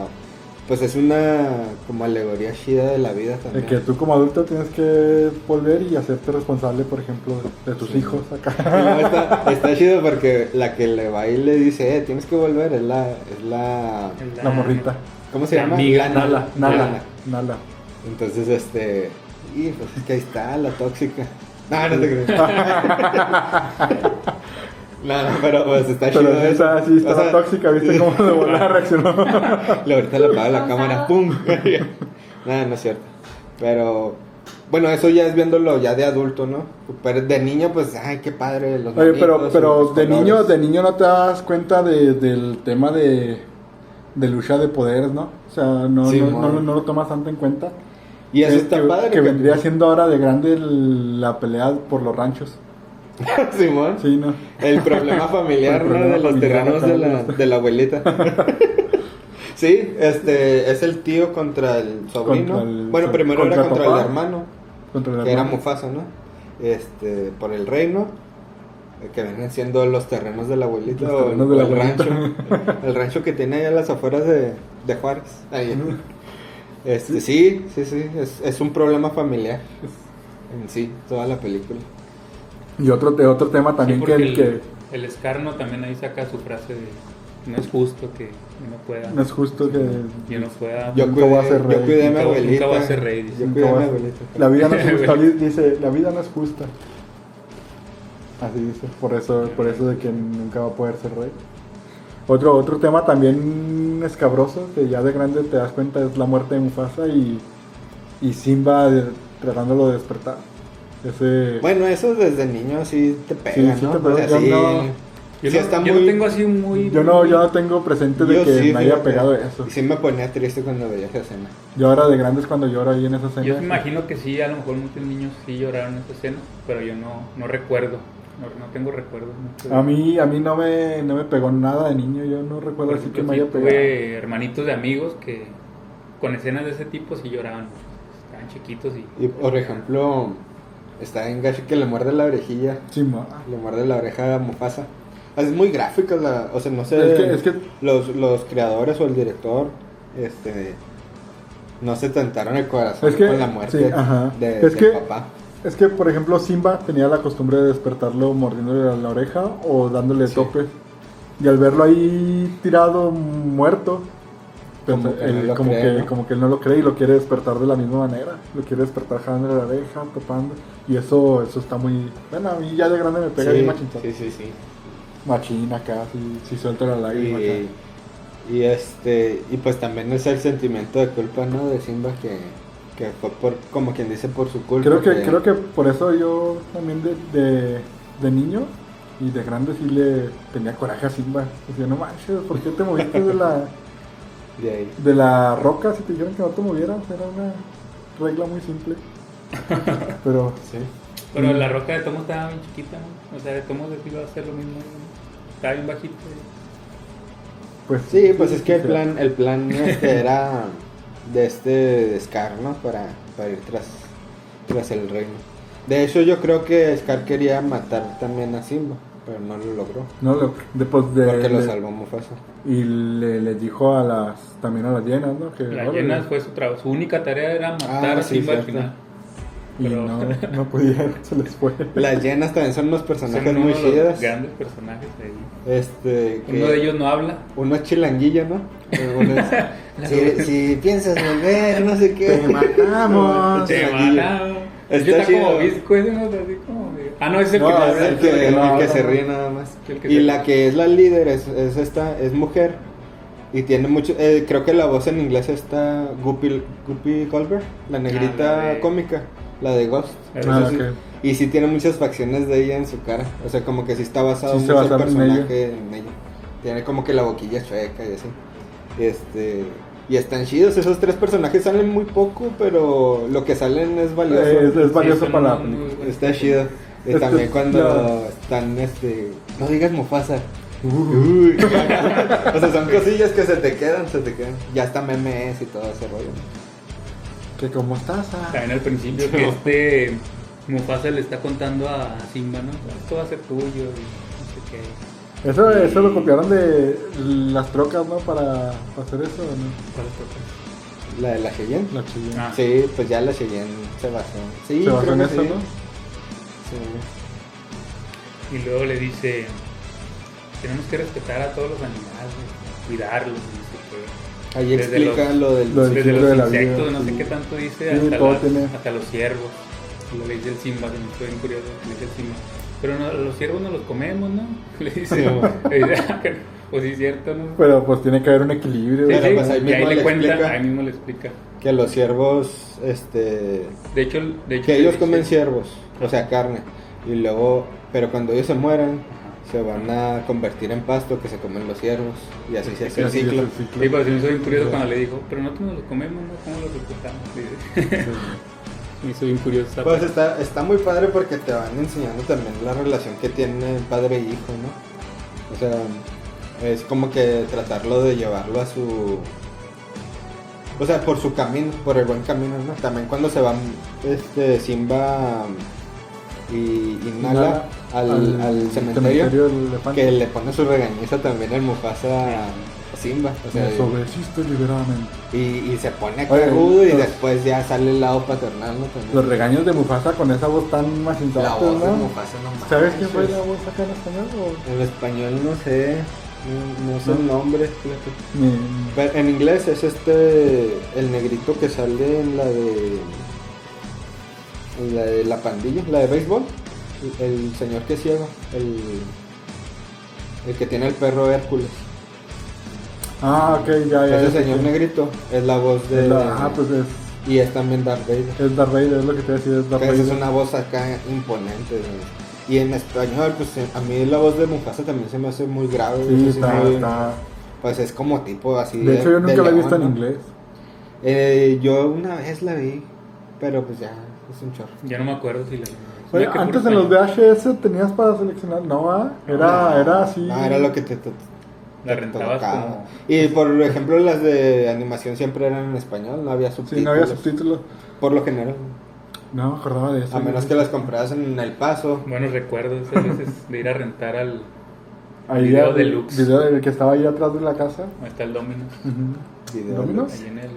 S2: pues es una como alegoría chida de la vida
S1: De
S2: también.
S1: Eh, que tú como adulto tienes que volver y hacerte responsable, por ejemplo, de, de tus
S2: Sí.
S1: hijos acá.
S2: No, está, está chido porque la que le va y le dice, eh, tienes que volver, es la, es la,
S1: La morrita.
S2: ¿cómo se
S3: La
S2: llama?
S3: amiga,
S2: Lana.
S1: Nala,
S2: Lana.
S1: nala, nala.
S2: Entonces, este. Y pues es que ahí está, la tóxica. No, no te creo. no, no, pero pues está
S1: Pero
S2: chido.
S1: sí está,
S2: eso.
S1: sí está
S2: O sea,
S1: tóxica, ¿viste cómo de volada reaccionó?
S2: le ahorita le apaga la cámara, ¡pum! Nada, no es cierto. Pero. Bueno, eso ya es viéndolo ya de adulto, ¿no? Pero de niño, pues, ay, qué padre. Los
S1: Oye, pero,
S2: bonitos,
S1: pero
S2: los
S1: de
S2: colores.
S1: niño, de niño no te das cuenta de- del tema de, de lucha de poderes, ¿no? O sea, no,
S2: Sí,
S1: no,
S2: mon.
S1: no- no lo tomas tanto en cuenta.
S2: Y eso
S1: Que-
S2: está
S1: que,
S2: padre.
S1: Que vendría siendo ahora de grande el- la pelea por los ranchos.
S2: Simón.
S1: Sí, ¿no?
S2: El problema
S1: El
S2: familiar, ¿no?
S1: problema
S2: de los
S1: familiar,
S2: terrenos
S1: acá,
S2: de la, de la abuelita. sí, este, es el tío contra el sobrino.
S1: Contra el-
S2: bueno, primero
S1: contra
S2: era contra
S1: papá.
S2: el hermano,
S1: Contra el
S2: que era
S1: hermano.
S2: Mufasa, ¿no? Este, por el reino, eh, que vienen siendo los terrenos de la abuelita
S1: Los
S2: o,
S1: terrenos de
S2: o
S1: la
S2: el
S1: abuelita.
S2: rancho. El rancho que tiene allá a las afueras de, de Juárez. Ahí. Este, sí, sí, sí, es, es un problema familiar en sí, toda la película.
S1: Y otro, te- otro tema también
S3: Sí,
S1: que,
S3: porque
S1: el, que
S3: el escarno también ahí saca su frase de no es justo que no pueda
S1: no es justo que...
S3: yo no pueda
S2: Yo
S1: Nunca
S2: cuidé,
S1: voy a ser
S2: yo
S1: rey.
S2: cuidé a mi
S3: Nunca- nunca
S2: abuelita.
S3: voy a ser rey, dice.
S2: Yo cuidé a mi abuelita.
S1: La vida no es justa, li- dice, la vida no es justa. Así dice, por eso, por eso de que nunca va a poder ser rey. Otro, otro tema también escabroso, que ya de grande te das cuenta, es la muerte de Mufasa y, y Simba de- tratándolo de despertar. Ese,
S2: Bueno, eso desde niño sí te pega,
S1: Sí, sí
S2: ¿no?
S1: te pega,
S2: O sea,
S1: yo
S2: sí-
S1: no-
S3: yo,
S2: sí
S3: no,
S2: está
S3: yo no
S2: muy-
S3: tengo así muy
S1: yo, no, yo no tengo presente de
S2: yo
S1: que
S2: sí,
S1: me haya
S2: fíjate.
S1: pegado eso.
S2: Y sí me ponía triste cuando veía esa escena.
S1: Yo ahora de grande es cuando lloro ahí en esa escena.
S3: yo imagino que sí a lo mejor muchos niños sí lloraron en esa escena pero yo no no recuerdo no, no tengo recuerdos mucho de-
S1: A mí, a mí no, me, no me pegó nada de niño, yo no
S3: Por
S1: recuerdo así
S3: ejemplo,
S1: que me
S3: sí
S1: haya
S3: tuve
S1: pegado.
S3: hermanitos de amigos que con escenas de ese tipo sí lloraban estaban chiquitos y
S2: Y por ejemplo, está en Gashi que le muerde la orejilla,
S1: Simba.
S2: le muerde la oreja a Mufasa. Es muy gráfica la, o sea, no sé,
S1: Es que- es que-
S2: los, los creadores o el director, este, no se tentaron el corazón
S1: Es que-
S2: con la muerte
S1: sí, ajá.
S2: de,
S1: Es
S2: del
S1: que-
S2: papá.
S1: Es que, por ejemplo, Simba tenía la costumbre de despertarlo mordiéndole la- la oreja o dándole
S2: Sí.
S1: topes. Y al verlo ahí tirado, muerto, pues,
S2: Como que
S1: él-
S2: no lo
S1: como,
S2: cree,
S1: que,
S2: ¿no?
S1: como que él no lo cree y lo quiere despertar de la misma manera. Lo quiere despertar jalándole la oreja, topando. Y eso eso está muy... Bueno, a mí ya de grande me pega bien
S2: Sí,
S1: machinzote.
S2: sí, sí, sí.
S1: Machín acá, sí, sí suelta la lágrima
S2: Y,
S1: acá.
S2: y este y pues también es el sentimiento de culpa no de Simba que, que fue por como quien dice por su culpa
S1: Creo que, creo que por eso yo también de, de, de niño y de grande sí le tenía coraje a Simba. Decía, no manches, ¿por qué te moviste de la...
S2: de ahí
S1: De la roca, si te dijeron que no te movieras, era una regla muy simple. Pero
S2: sí
S3: pero la roca de Tomo estaba bien chiquita ¿no? o sea de Tomo de ti iba a hacer lo mismo ¿no? estaba bien bajito
S1: pues
S2: sí pues es que el
S1: sí,
S2: plan el plan este era de este Scar no para, para ir tras tras el reino de hecho yo creo que Scar quería matar también a Simba pero no lo logró
S1: No, lo, de, pues, de-
S2: porque lo
S1: de-
S2: salvó Mufasa
S1: Y le, les dijo a las también a las llenas, ¿no? Que,
S3: la
S1: órale,
S3: llena fue su trabajo su única tarea era matar
S2: Ah,
S3: a
S2: sí,
S3: Simba al
S2: cierto.
S3: final
S1: Y
S3: Pero-
S1: no, no pudieron, se les fue.
S2: Las llenas también son unos personajes
S3: Son uno
S2: muy
S3: de los
S2: chidas.
S3: grandes personajes de ahí.
S2: Este, que
S3: Uno de ellos no habla.
S2: uno es chilanguillo, ¿no? Uno es- si, si piensas volver, no sé qué.
S1: Te matamos.
S3: Te
S2: Chilanguillo.
S3: manado.
S2: Está
S3: Yo está como
S2: chido.
S3: visco ese, ¿no? Así como de- Ah, no, es el que
S2: no,
S3: te
S2: es
S3: habla,
S2: el que,
S1: el que no
S2: el
S1: habla,
S2: que se
S1: ¿no?
S2: ríe nada más.
S3: El que
S2: Y
S3: se-
S2: la que es la líder es, es esta, es mujer. Y tiene mucho, eh, creo que la voz en inglés está Guppy, Guppy Goldberg, la negrita
S3: Ah, la de-
S2: cómica, la de Ghost.
S3: Ah,
S2: Eso sí.
S1: ok.
S2: Y sí tiene muchas facciones de ella en su cara. O sea, como que sí está basado
S1: Sí se
S2: mucho el
S1: basaron en
S2: personaje en ella. Tiene como que la boquilla chueca y así. Este. Y están chidos, esos tres personajes salen muy poco, pero lo que salen es valioso.
S1: Eh, Es, es
S3: Sí,
S1: valioso
S3: son
S1: para la
S3: muy
S1: película.
S3: buenos.
S2: Está chido. Y
S1: Este,
S2: también cuando
S1: no.
S2: están, este, no digas Mufasa.
S1: Uh.
S2: Uy. o sea, son cosillas que se te quedan, se te quedan. Ya está memes y todo ese rollo.
S1: Que como estás, ah.
S3: También al principio que este Mufasa le está contando a Simba, ¿no? Esto va a ser tuyo y no sé qué.
S1: Eso, eso lo copiaron de las trocas, ¿no? Para, para hacer eso, ¿o ¿no?
S3: ¿Cuál es
S2: La de la Cheyenne.
S1: La chillona.
S3: Ah.
S2: Sí, pues ya la Cheyenne se basó. Sí,
S1: Se basó
S2: creo
S1: en
S2: que
S1: eso,
S2: sí.
S1: ¿no?
S2: Sí.
S3: Y luego le dice, tenemos que respetar a todos los animales, cuidarlos, y no sé qué.
S2: Ahí
S3: Desde
S2: explica
S3: los-
S2: lo del...
S1: lo del-
S3: Desde
S1: ciclo de la
S3: los
S1: vida,
S3: insectos, no
S1: sí.
S3: sé qué tanto dice,
S1: Sí,
S3: hasta,
S1: todo
S3: las-
S1: tiene-
S3: hasta los ciervos. Y luego le dice el Simba, que me estoy bien curioso, le dice el Simba. Pero no, los ciervos no los comemos, ¿no? Le dice, le dice, "Ah, caray, pues sí, es cierto, ¿no?
S1: Pero pues tiene que haber un equilibrio.
S3: Sí,
S1: ¿no?
S2: pero
S3: sí,
S2: pues ahí
S3: y ahí
S2: mismo
S3: le
S2: le
S3: cuenta,
S2: explica.
S3: ahí mismo le explica.
S2: Que los ciervos, este...
S3: De hecho, de hecho
S2: Que
S3: le
S2: ellos
S3: dice-
S2: comen ciervos, o sea, carne. Y luego, pero cuando ellos se mueran, se van a convertir en pasto que se comen los ciervos. Y así se hace
S1: Y
S2: el
S1: así es
S2: ciclo.
S1: el ciclo.
S3: Sí, pues, pero se me hizo bien curioso cuando le dijo, pero nosotros nos los comemos, ¿no? ¿Cómo los respetamos? Le dice. me hizo bien curioso. esa
S2: Pues
S3: parte.
S2: está, está muy padre porque te van enseñando también la relación que tiene padre e hijo, ¿no? O sea, es como que tratarlo de llevarlo a su... O sea, por su camino, por el buen camino, ¿no? También cuando se van este, Simba y, y Nala al, al, cementerio
S1: del elefante.
S2: Que le pone su regañiza también el Mufasa a Simba. O sea,
S1: Me sobresiste liberadamente.
S2: y, y se pone acá
S1: Oye,
S2: rudo y
S1: los-
S2: después ya sale el lado paternal, ¿no?
S1: Los
S2: También.
S1: regaños de Mufasa con esa voz tan
S2: La
S1: macintata,
S2: voz de
S1: ¿no?
S2: Mufasa no manches.
S1: ¿Sabes quién fue la voz acá en español? o?
S2: En español no sé. No, no sé
S1: No.
S2: el nombre. fíjate.
S1: Ni-
S2: Pero en inglés es este. El negrito que sale en la de. En la de la pandilla, la de béisbol. El, el señor que es ciego. El. El que tiene el perro Hércules.
S1: Ah, ok, ya, ya.
S2: Ese
S1: ya sé
S2: señor
S1: quién.
S2: negrito es la voz de.
S1: Es la- Ah, pues es,
S2: Y es también Darth Vader.
S1: es Darth Vader, es lo que te decía, es Darth
S2: Esa es
S1: Vader.
S2: una voz acá imponente. ¿no? Y en español, pues a mí la voz de Mufasa también se me hace muy grave.
S1: Sí,
S2: se hace
S1: está,
S2: muy-
S1: está.
S2: Pues es como tipo así.
S1: De hecho, yo nunca la he
S2: león,
S1: visto en
S2: ¿no?
S1: inglés.
S2: Eh, yo una vez la vi, pero pues ya, es un chorro.
S3: Ya no me acuerdo si la...
S1: Oye,
S3: Mira que
S1: antes
S3: por
S1: en los
S3: español
S1: VHS tenías para seleccionar, no, ah, era,
S2: No,
S1: era así.
S2: No, era lo que te, te-
S3: La
S2: te
S3: rentabas
S2: tocaba.
S3: como...
S2: Y por ejemplo, las de animación siempre eran en español, no había subtítulos.
S1: Sí, no había subtítulos.
S2: Por lo general.
S1: No me acordaba de eso.
S2: A menos que las compraras en El Paso.
S3: Buenos recuerdos esas veces de ir a rentar al...
S1: Ahí
S3: video
S1: de-
S3: deluxe.
S1: Video del que estaba ahí atrás de la casa.
S3: Ahí está el Dominos.
S1: Ujú.
S2: video.
S1: ¿Dominos?
S3: Ahí en el...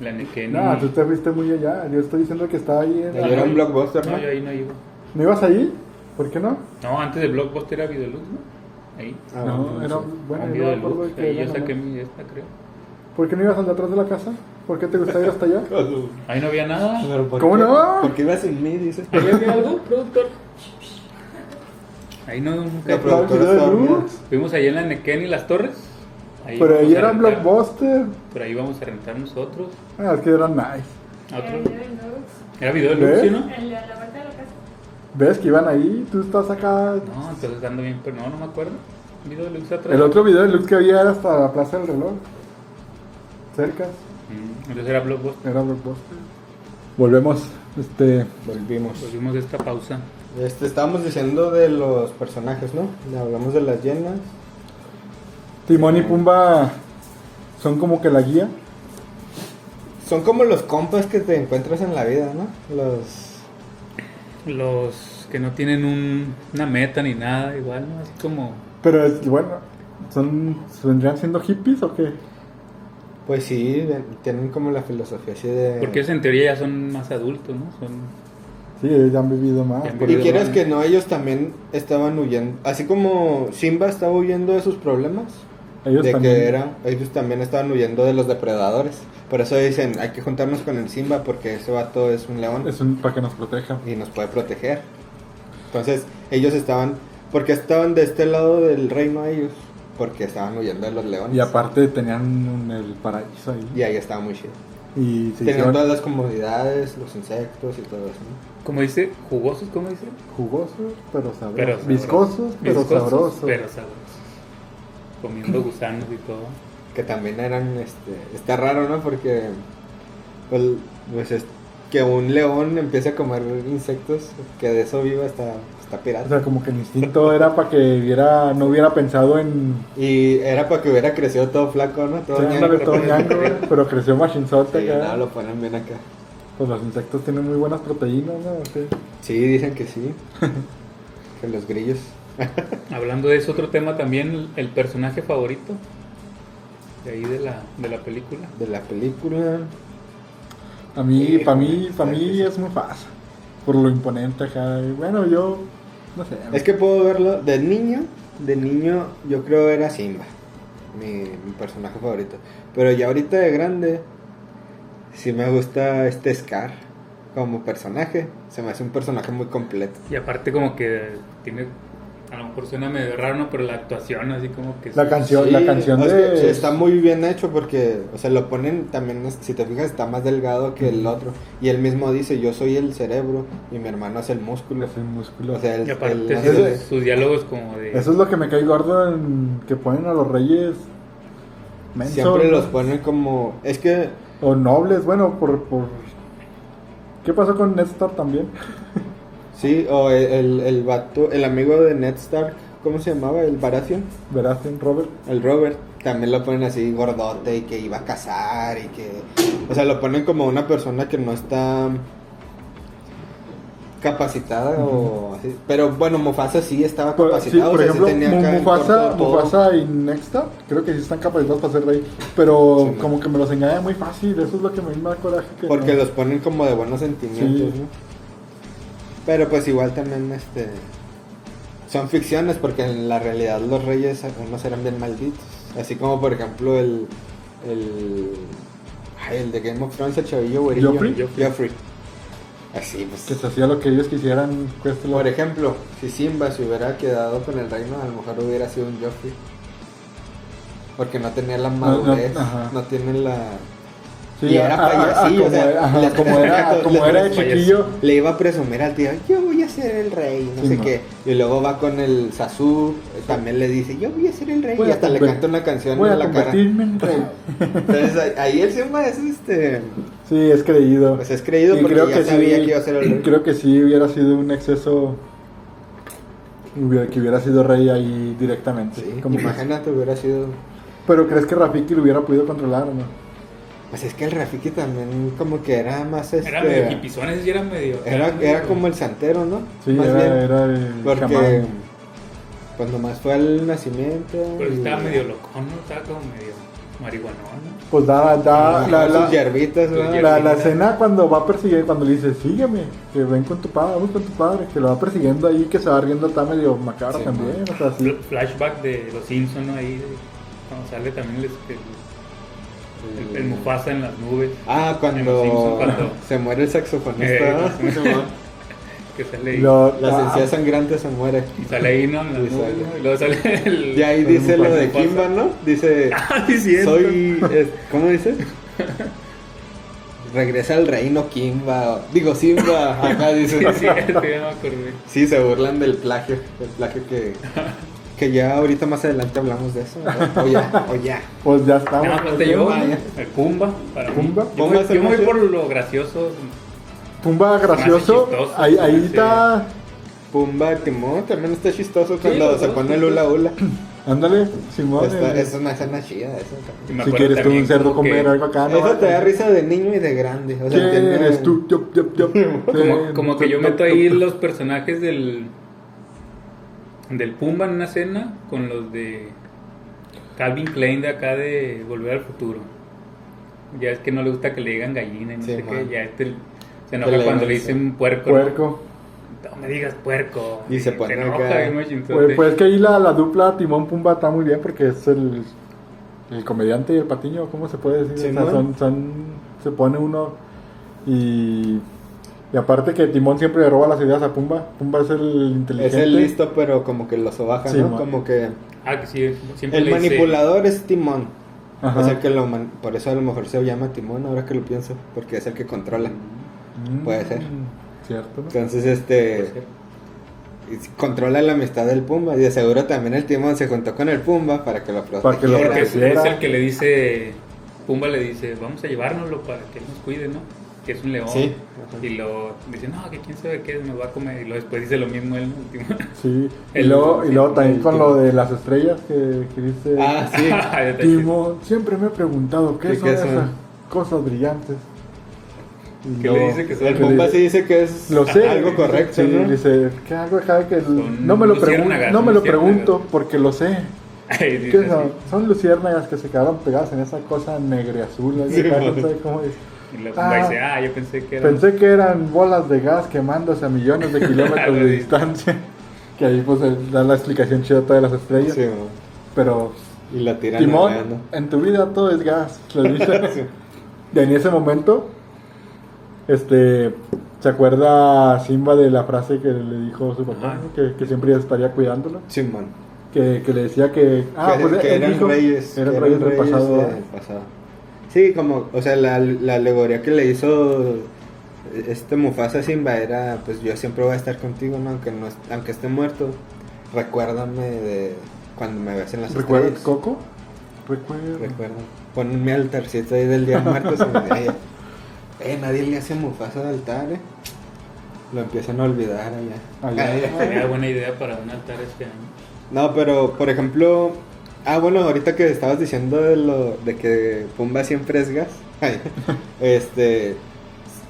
S3: La Nequén.
S1: No, tú te fuiste muy allá. Yo estoy diciendo que estaba ahí. en
S2: Ahí
S1: la-
S2: era un blockbuster,
S3: No,
S2: ¿no?
S3: yo ahí no iba.
S1: ¿No ibas ahí? ¿Por qué no?
S3: No, antes de Blockbuster era Videolux, ¿no? Ahí.
S2: Ah,
S1: no, era
S2: sí.
S1: un- bueno.
S3: Ah,
S1: yo me acuerdo
S3: Videolux.
S1: que
S3: Ahí
S1: era
S3: yo saqué
S1: nomás.
S3: mi esta, creo.
S1: ¿Por qué no ibas al de atrás de la casa? ¿Por qué te gustaba ir hasta allá?
S3: Ahí no había nada.
S2: Pero, ¿por
S1: ¿Cómo
S2: qué?
S1: no?
S2: ¿Por qué ibas sin mí? Dices.
S3: ¿Ahí había algo, productor? Ahí no, nunca.
S2: No,
S1: Estaba el video
S2: Productora
S1: deluxe.
S3: Fuimos allá en la Nequén y las Torres.
S1: Pero ahí
S3: íbamos a
S1: era
S3: rentar.
S1: Blockbuster.
S3: Pero ahí vamos a rentar nosotros.
S1: Ah, es que era nice.
S3: A
S4: El
S3: otro.
S4: de los-
S3: Era
S1: ¿Eh?
S3: Videolux, ¿sí, no?
S4: el de la puerta de la casa.
S1: ¿Ves que iban ahí? Tú estás acá.
S3: No, entonces ando bien, pero no, no me acuerdo. Videolux atrás.
S1: El otro video deluxe que había era hasta la Plaza del Reloj. Cerca.
S3: Mm, Entonces era Blockbuster.
S1: Era Blockbuster. Volvemos. Este.
S2: Volvimos.
S3: Pues vimos esta pausa.
S2: Este, estábamos diciendo de los personajes, ¿no? Hablamos de las llenas.
S1: Timón y Pumba son como que la guía.
S2: Son como los compas que te encuentras en la vida, ¿no? Los.
S3: Los que no tienen un- una meta ni nada, igual, ¿no? Así como.
S1: Pero es, bueno, ¿son, ¿vendrían siendo hippies o qué?
S2: Pues sí, de- tienen como la filosofía así de...
S3: Porque ellos en teoría ya son más adultos, ¿no? Son...
S1: Sí, ellos ya han vivido más.
S3: Ya han
S1: por
S2: Y
S1: eso-
S3: vivido.
S2: quieras que no, ellos también estaban huyendo. Así como Simba estaba huyendo de sus problemas,
S1: ellos
S2: de
S1: también.
S2: que era, ellos también estaban huyendo de los depredadores. Por eso dicen, hay que juntarnos con el Simba porque ese vato es un león
S1: Es un, para que nos proteja.
S2: y nos puede proteger. Entonces, ellos estaban, porque estaban de este lado del reino ellos, porque estaban huyendo de los leones.
S1: Y aparte tenían un- el paraíso ahí.
S2: Y ahí estaba muy chido.
S1: Y se
S2: Tenían
S1: hicieron
S2: todas las comodidades, los insectos y todo eso. ¿no?
S3: Como dice, jugosos, ¿cómo dice?
S1: jugosos, pero sabrosos.
S3: Pero sabrosos.
S1: Viscosos, pero
S3: Viscosos,
S1: sabrosos.
S3: Pero sabrosos. Comiendo gusanos y todo.
S2: Que también eran, este, está raro, ¿no? Porque, pues, pues, es- que un león empiece a comer insectos, que de eso viva está, está pirata.
S1: O sea, como que el instinto era para que hubiera, no hubiera pensado en
S2: y era para que hubiera crecido todo flaco, ¿no? Todo
S1: Sí, ándale,
S2: ñango.
S1: todo ñango, güey, pero creció machinzote
S2: Sí,
S1: acá.
S2: no, lo ponen bien acá.
S1: Pues los insectos tienen muy buenas proteínas, ¿no? Sí.
S2: Sí, dicen que sí. que los grillos.
S3: Hablando de eso, otro tema también, el, el personaje favorito de ahí de la, de la película.
S2: De la película.
S1: A mí,
S2: Sí,
S1: para mí, para
S2: sí,
S1: mí
S2: sí.
S1: es muy fácil. Por lo imponente acá. y Bueno, yo, no sé.
S2: Es que puedo verlo de niño. De niño, yo creo era Simba. Mi, mi personaje favorito. Pero ya ahorita de grande, sí me gusta este Scar como personaje. Se me hace un personaje muy completo.
S3: Y aparte como que tiene, a lo mejor suena medio raro, ¿no? Pero la actuación así como que...
S1: La canción,
S2: Sí,
S1: la canción
S2: es
S1: de...
S2: que sí, está muy bien hecho porque, o sea, lo ponen también, es- si te fijas, está más delgado que el otro. Y él mismo dice, yo soy el cerebro y mi hermano es el músculo.
S1: Ese músculo.
S2: O sea, el-
S3: Y aparte
S2: el-
S3: sus,
S1: eso-
S3: sus diálogos como de...
S1: Eso es lo que me cae gordo en que ponen a los reyes mensos,
S2: siempre los
S1: ¿no?
S2: ponen como... Es que
S1: o nobles, bueno, por, por... ¿Qué pasó con Néstor también?
S2: Sí, o el, el, el vato, el amigo de Ned Stark, ¿cómo se llamaba? El Baratheon,
S1: Verás, Robert.
S2: el Robert, también lo ponen así gordote y que iba a cazar y que... O sea, lo ponen como una persona que no está capacitada o así. Pero bueno, Mufasa sí estaba
S1: Por, sí,
S2: capacitado,
S1: por
S2: o sea, sí
S1: ejemplo,
S2: tenía
S1: Mu-
S2: acá en
S1: Mufasa,
S2: corto todo.
S1: Mufasa y Nexta, creo que sí están capacitados para ser rey, pero
S2: Sí,
S1: como que me los engañan muy fácil, eso es lo que me me da coraje. Que
S2: Porque
S1: no.
S2: los ponen como de buenos sentimientos,
S1: Sí.
S2: ¿no? Pero pues igual también este son ficciones porque en la realidad los reyes algunos eran bien malditos. Así como por ejemplo el el ay, el de Game of Thrones, el chavillo güerillo,
S1: ¿Joffrey?
S2: Joffrey. Así pues.
S1: Que se hacía lo que ellos quisieran, cueste lo
S2: Por e- ejemplo, si Simba se hubiera quedado con el reino, a lo mejor hubiera sido un Joffrey. Porque no tenía la
S1: No, no,
S2: madurez, no,
S1: ajá.
S2: tiene la
S1: Sí,
S2: y era
S1: a- a- a-
S2: payasillo,
S1: como
S2: o sea,
S1: era- ajá,
S2: las-
S1: como era,
S2: las-
S1: como era de
S3: las-
S1: chiquillo,
S2: Le iba a presumir al tío, yo voy a ser el rey, no
S1: Sí,
S2: sé
S1: ma.
S2: qué. Y luego va con el Sasú, también le dice, yo voy a ser el rey.
S1: Voy
S2: y
S1: a
S2: hasta le
S1: conver-
S2: canta una canción
S1: voy a
S2: en la cara.
S1: convertirme en rey.
S2: Entonces ahí- ahí el Simba es este.
S1: Sí, es creído.
S2: Pues es creído
S1: Y
S2: porque ya sabía que iba a ser el rey.
S1: creo que sí hubiera sido un exceso hubiera- que hubiera sido rey ahí directamente.
S2: Sí,
S1: como que-
S2: imagínate, hubiera sido.
S1: pero crees que Rafiki lo hubiera podido controlar o no?
S2: Pues es que el Rafiki también, como que era más este.
S3: Era medio hipizones y era medio...
S2: era, era como el santero, ¿no?
S1: Sí,
S2: más
S1: era,
S2: bien.
S1: era el
S2: porque.
S1: chamán.
S2: Pues nomás fue al nacimiento.
S3: Pero
S2: y-
S3: estaba medio locón, ¿no? Estaba como medio marihuanón, ¿no?
S1: Pues da, da
S2: Ajá,
S1: la,
S2: sus
S1: la,
S2: hierbitas,
S3: sus
S2: ¿verdad?
S3: hierbitas.
S1: la- la escena cuando va a perseguir, cuando le dice, sígueme, que ven con tu padre, vamos con tu padre, que lo va persiguiendo ahí, que se va riendo, está medio macabro
S2: Sí,
S1: también, o sea, sí.
S3: Fl- flashback de los Simpsons ¿no? ahí de- cuando sale también el, este, el,
S2: Mm.
S3: el Mufasa en las nubes
S2: Ah,
S3: En los
S2: cuando
S3: Simpson, cuando-
S2: se muere el saxofonista.
S3: Eh,
S2: ¿no?
S3: que sale ahí,
S1: Lo-
S2: Las
S1: ah,
S2: encías sangrantes se muere.
S3: y sale ahí no en
S2: Y
S3: las nubes
S2: sale.
S3: ¿no? y luego sale el
S2: Y ahí
S1: El
S2: dice lo de
S3: Mufasa.
S2: Kimba, ¿no? Dice,
S3: Ah, sí, cierto.
S2: soy... este, es- ¿Cómo dice? Regresa al reino Kimba. o- Digo, Simba. Acá dice.
S3: Sí, cierto, ya me acordé.
S2: Sí, se burlan del plagio. Del plagio que... Que ya ahorita más adelante hablamos de eso. ¿no? O ya, o ya.
S1: Pues ya estamos.
S3: No, pues te llevo el Pumba para mí.
S1: Pumba.
S3: yo,
S2: Pumba
S3: me,
S2: es
S3: yo me voy
S2: hermoso.
S3: por lo gracioso
S1: Tumba gracioso,
S3: Más chistoso,
S1: ahí, ahí
S3: sí.
S1: está,
S2: Pumba, Timón, también está chistoso cuando
S3: los
S2: se
S3: dos,
S2: pone
S3: sí.
S2: el hula hula.
S1: ándale, Simón.
S2: Está-
S1: el-
S2: es una escena chida eso también.
S3: y me
S1: si
S3: acuerdo
S1: quieres tú
S3: también
S1: un cerdo
S3: como
S1: comer
S3: que-
S1: algo acá, ¿no?
S2: Eso te da risa de niño y de grande. O
S1: ¿Quién
S2: sea, tiene-
S1: eres tú? Yup, yup, yup.
S2: Eh,
S3: como, como que yo
S1: Yup,
S3: meto
S1: yup,
S3: ahí
S1: yup.
S3: los personajes del del Pumba en una escena con los de Calvin Klein de acá de Volver al Futuro. ya es que no le gusta que le digan gallina y no
S2: Sí,
S3: sé
S2: man.
S3: qué, ya este se
S2: Que
S3: enoja
S2: le
S3: cuando le
S2: dicen-
S3: dicen puerco. ¿no?
S1: Puerco.
S3: No me digas puerco.
S2: Y se pone
S3: enoja
S2: acá.
S3: bien machín,
S1: Pues,
S3: entonces,
S1: pues es que ahí la, la dupla Timón Pumba está muy bien porque es el, el comediante y el patiño, ¿cómo se puede decir? O sea,
S2: Simón.
S1: son, son, se pone uno y, y aparte que Timón siempre le roba las ideas a Pumba. Pumba es el
S2: Es
S1: inteligente.
S2: el listo, pero como que lo sobaja,
S1: Sí,
S2: ¿no?
S1: man.
S2: Como que
S3: Ah, que sí, siempre
S2: el
S3: le dice-
S2: manipulador es Timón.
S1: Ajá.
S2: O sea que lo man- por eso a lo mejor se llama Timón ahora que lo pienso, porque es el que controla.
S1: Mm,
S2: puede ser.
S1: Cierto, ¿no?
S2: Entonces, este y si controla la amistad del Pumba. Y de seguro también el Timón se juntó con el Pumba para que lo protegiera.
S1: Para que lo
S3: Porque es,
S1: Pareciera.
S3: es el que le dice, Pumba le dice, vamos a llevárnoslo para que él nos cuide, ¿no? Que es un león.
S2: Sí, ajá.
S3: Y lo dice, no, que quién sabe qué, nos va a comer. Y luego después dice lo mismo él, ¿no?
S1: Sí. Y
S3: El-
S1: luego, y luego
S2: el-
S1: también
S2: el
S1: con
S2: Timón.
S1: lo de las estrellas que, que dice
S2: Ah, sí.
S1: Timón. Siempre me he preguntado qué
S2: ¿Y
S1: son
S2: qué son?
S1: esas cosas brillantes. Y
S3: Que le
S1: luego-
S3: dice que son-
S2: El Pumba sí dice que es
S1: Lo sé.
S2: algo
S1: Sí,
S2: correcto, ¿no?
S1: dice, que algo acá que
S3: Son
S1: no me lo pregunto,
S3: luciérnagas,
S1: no me lo
S3: luciérnagas.
S1: pregunto porque lo sé.
S3: Ay, dice
S1: ¿Qué
S3: así.
S1: son? Son luciérnagas que se quedaron pegadas en esa cosa negra y azul. ahí
S2: Sí,
S1: acá,
S2: madre.
S1: no sé cómo es.
S3: Y luego
S1: Ah.
S3: Pumba dice, ah, yo pensé que era...
S1: Pensé que eran bolas de gas quemándose a millones de kilómetros de distancia. Que ahí pues eh, da la explicación chida toda de las estrellas.
S2: Sí, man.
S1: Pero
S2: y la tiran navegando.
S1: Timón, en tu vida todo es gas. le dice. Y en ese momento, este, ¿se acuerda Simba de la frase que le dijo su papá?
S3: Ajá.
S2: Ah.
S1: ¿no? Que, que siempre estaría cuidándolo.
S2: Simón.
S1: Que, que le decía que... Ah,
S2: que,
S1: pues
S2: que
S1: él
S2: eran
S1: dijo,
S2: reyes.
S1: Eran
S2: que
S1: reyes del pasado.
S2: del pasado. Sí, como, o sea, la, la alegoría que le hizo este Mufasa a Simba era, pues yo siempre voy a estar contigo, ¿no? Aunque, no, est- aunque esté muerto, recuérdame de cuando me ves en las
S1: ¿Recuerdas
S2: estrellas.
S1: Coco? Recuerdo.
S2: Recuerda. Pon mi altarcito ahí del día de muertos. y me- ay, eh, nadie le hace Mufasa de altar, eh. Lo empiezan a olvidar allá.
S1: Allá.
S3: Sería buena idea para un altar este año.
S2: No, pero por ejemplo, ah, bueno, ahorita que estabas diciendo de lo de que Pumba siempre es gas, ay, este,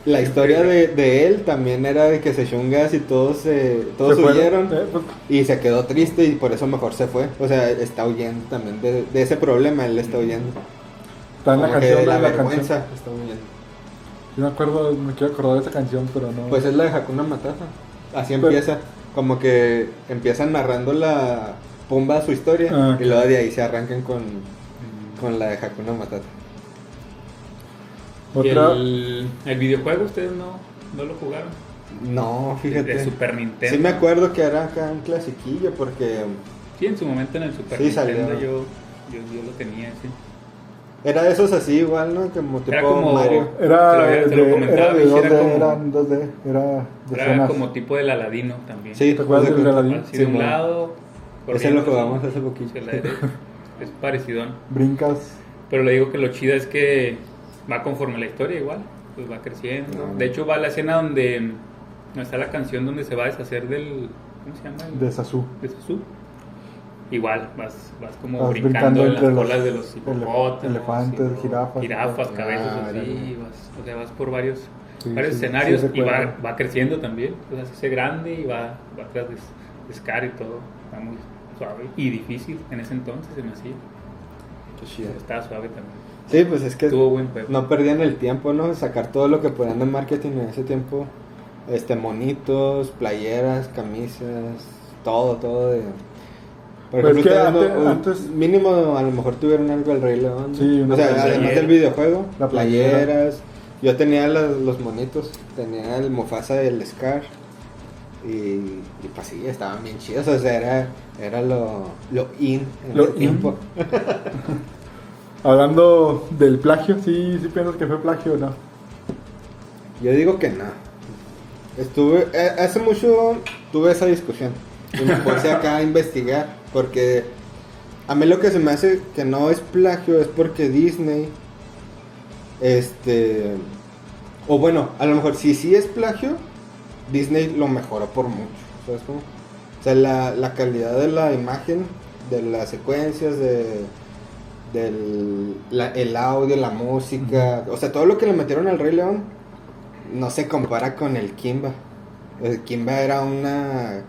S2: la historia de, de él también era de que se echó un gas y todos se, todos
S1: Se fueron,
S2: huyeron
S1: eh, pues,
S2: y se quedó triste y por eso mejor se fue. O sea, está huyendo también de, de ese problema, él está huyendo.
S1: está en la
S2: Como que
S1: canción,
S2: de la
S1: en la
S2: vergüenza
S1: canción.
S2: está huyendo.
S1: Yo me acuerdo, me quiero acordar de esa canción, pero no.
S2: Pues es la de Hakuna Matata. Así
S1: Pero-
S2: empieza. Como que empiezan narrando la Pumba su historia
S1: Ah,
S2: y luego de ahí se arrancan con,
S3: Mm.
S2: con la de Hakuna Matata.
S3: Y
S1: Otra...
S3: el, el videojuego ustedes no, no lo jugaron.
S2: No,
S3: De,
S2: fíjate.
S3: de Super Nintendo.
S2: Sí me acuerdo que era acá un clasiquillo porque
S3: Sí, en su momento en el Super
S2: Sí, salió.
S3: Nintendo yo, yo, yo lo tenía, sí.
S2: era de esos así igual, ¿no? Como tipo
S3: Era como-
S2: Mario.
S3: se lo
S1: Era,
S3: había- se
S1: de-
S3: lo comentaba,
S1: era de
S3: y sí
S1: 2D,
S3: era como-
S1: eran 2D, era de
S3: Era
S1: escenas.
S3: como tipo del Aladino también.
S2: Sí,
S1: ¿Te acuerdas
S2: haz
S1: del
S2: cuenta.
S1: Aladín?
S3: Así de un
S2: Simón.
S3: lado.
S2: Ese lo
S3: corriendo,
S2: jugamos
S3: así,
S2: hace poquito.
S3: hacia la derecha. Es parecido.
S1: Brincas.
S3: Pero le digo que lo chido es que va conforme la historia igual, pues va creciendo.
S2: Ah.
S3: De hecho va a la escena donde mm, no está la canción donde se va a deshacer del ¿cómo se llama? El-
S1: de Sasú.
S3: de Sasú. Igual vas vas como
S1: Vas brincando
S3: brincando, en las
S1: entre los
S3: colas de los
S1: elef-
S3: hipopótamos,
S1: elefantes,
S3: y luego
S1: jirafas.
S3: jirafas,
S2: Ah,
S3: cabezas así,
S2: órale.
S3: vas, o sea, vas por varios
S1: Sí,
S3: varios
S1: sí,
S3: escenarios
S1: sí
S3: y va,
S1: recuerdo.
S3: va creciendo también, o sea, se hace grande y va va atrás de, de Scar y todo, está muy suave y difícil en ese entonces se me hacía,
S2: Qué chido.
S3: pero estaba suave también.
S2: Sí, pues es que
S3: Tuvo buen juego.
S2: no perdían el tiempo, ¿no? Sacar todo lo que podían de marketing en ese tiempo. Este, monitos, playeras, camisas, todo, todo de... Por
S1: Pues
S2: ejemplo,
S1: que
S2: ustedes no-
S1: ante-
S2: un-
S1: antes-
S2: mínimo a lo mejor tuvieron algo del Rey León. ¿no?
S1: Sí, una
S2: o sea,
S1: playera.
S2: además del videojuego,
S1: La playera.
S2: playeras. Yo tenía las- los monitos, tenía el Mufasa y el Scar. Y, y pues sí, estaban bien chidos. O sea, era, era lo, lo in en
S1: Lo
S2: ese
S1: in.
S2: tiempo.
S1: Hablando del plagio, sí, sí piensas que fue plagio o no.
S2: Yo digo que no. Estuve, eh, hace mucho tuve esa discusión y me puse acá a investigar porque a mí lo que se me hace que no es plagio es porque Disney, este, o bueno, a lo mejor si sí es plagio, Disney lo mejoró por mucho, ¿sabes cómo? O sea, la, la calidad de la imagen, de las secuencias, de del la- el audio, la música, o sea, todo lo que le metieron al Rey León no se compara con el Kimba. El Kimba era una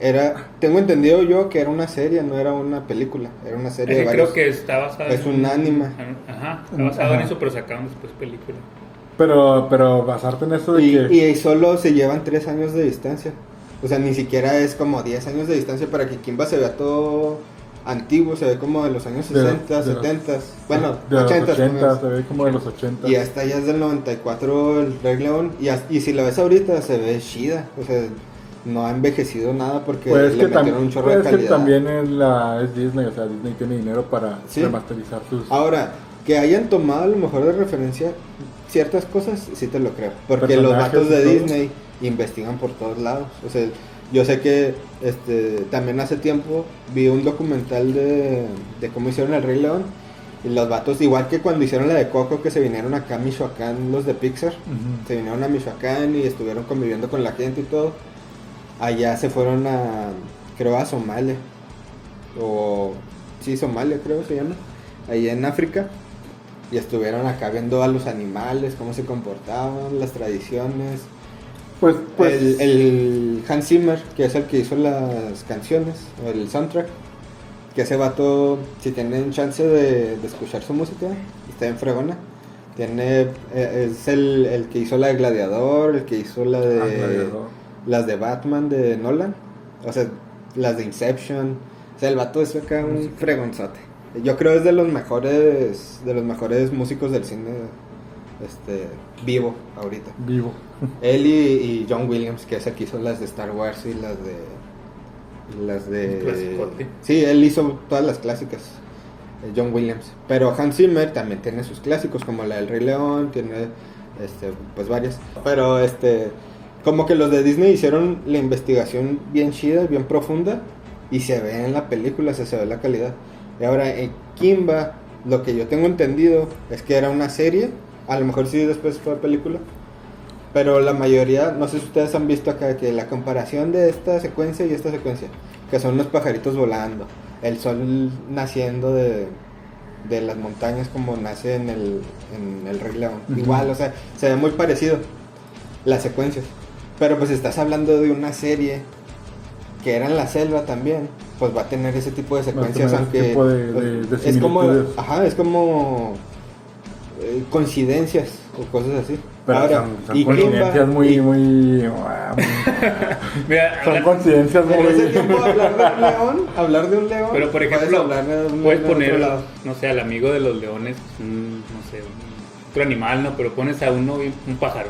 S2: Era, tengo entendido yo que era una serie, no era una película, era una serie de
S3: Ese
S2: varios.
S3: creo que está basado
S2: es un anime.
S3: Ajá, está basado en
S1: Ajá.
S3: eso, pero sacaron después película.
S1: Pero, pero basarte en eso de
S2: Y,
S1: que.
S2: y solo se llevan 3 años de distancia. O sea, ni siquiera es como 10 años de distancia para que Kimba se vea todo antiguo, se ve como de los años
S1: De los-
S2: 60,
S1: de los-
S2: 70, bueno,
S1: de los
S2: 80.
S1: 80, se ve como de los 80.
S2: Y hasta ya es del 94 el Rey León. Y, as- y si la ves ahorita, se ve chida. O sea, no ha envejecido nada porque
S1: Pues es
S2: le
S1: que, tam-
S2: metieron un chorro
S1: pues
S2: de
S1: es que
S2: calidad.
S1: también es, la, es Disney, o sea, Disney tiene dinero para
S2: Sí.
S1: remasterizar sus.
S2: Ahora, que hayan tomado a lo mejor de referencia ciertas cosas, sí te lo creo. Porque los
S1: Personajes
S2: datos de
S1: y todo.
S2: Disney investigan por todos lados. O sea, yo sé que este también hace tiempo vi un documental de, de cómo hicieron el Rey León. Y los vatos, igual que cuando hicieron la de Coco, que se vinieron acá a Michoacán los de Pixar.
S1: Ujú.
S2: se vinieron a Michoacán y estuvieron conviviendo con la gente y todo. Allá se fueron a, creo, a Somalia. O, sí, Somalia creo se llama. Allá en África. Y estuvieron acá viendo a los animales, cómo se comportaban, las tradiciones.
S1: Pues, pues.
S2: el, el Hans Zimmer, que es el que hizo las canciones, o el soundtrack. Que ese vato, si tienen chance de, de escuchar su música, está en fregona. Tiene, eh, es el, el que hizo la de Gladiador, el que hizo la de
S1: ah, Gladiador.
S2: las de Batman de Nolan, o sea, las de Inception, o sea, el vato es acá un fregonzote. Yo creo es de los mejores de los mejores músicos del cine este vivo ahorita.
S1: Vivo.
S2: Él y, y John Williams, que es el que hizo las de Star Wars y las de las de
S3: Un clasicote.
S2: Sí, él hizo todas las clásicas. eh, John Williams, pero Hans Zimmer también tiene sus clásicos como la del Rey León, tiene este pues varias, pero este como que los de Disney hicieron la investigación bien chida, bien profunda y se ve en la película, o sea, se ve la calidad. Y ahora en Kimba, lo que yo tengo entendido es que era una serie, a lo mejor sí después fue película, pero la mayoría, no sé si ustedes han visto acá que la comparación de esta secuencia y esta secuencia, que son los pajaritos volando, el sol naciendo de, de las montañas como nace en el, en el Rey León.
S1: Ujú.
S2: Igual, o sea, se ve muy parecido las secuencias. Pero pues estás hablando de una serie que era en la selva también, pues va a tener ese tipo de
S1: a
S2: secuencias,
S1: tener ese
S2: aunque pues,
S1: tipo de- de- de
S2: es como,
S1: similitudes.
S2: ajá, es como eh, coincidencias o cosas así.
S1: Pero
S2: Ahora,
S1: son, son
S2: y Kimba-
S1: coincidencias muy,
S2: y-
S1: muy. ah, muy-
S3: Mira,
S1: son
S3: habla-
S1: coincidencias
S2: En ese tiempo
S1: muy.
S2: hablar de un león, hablar de un león.
S3: pero por
S2: puedes
S3: ejemplo,
S2: hablar de un
S3: puedes
S2: león de otro
S3: poner,
S2: lado. Mm.
S3: no sé, al amigo de los leones, un, no sé, un- otro animal, ¿no? Pero pones a uno, bien- un pájaro.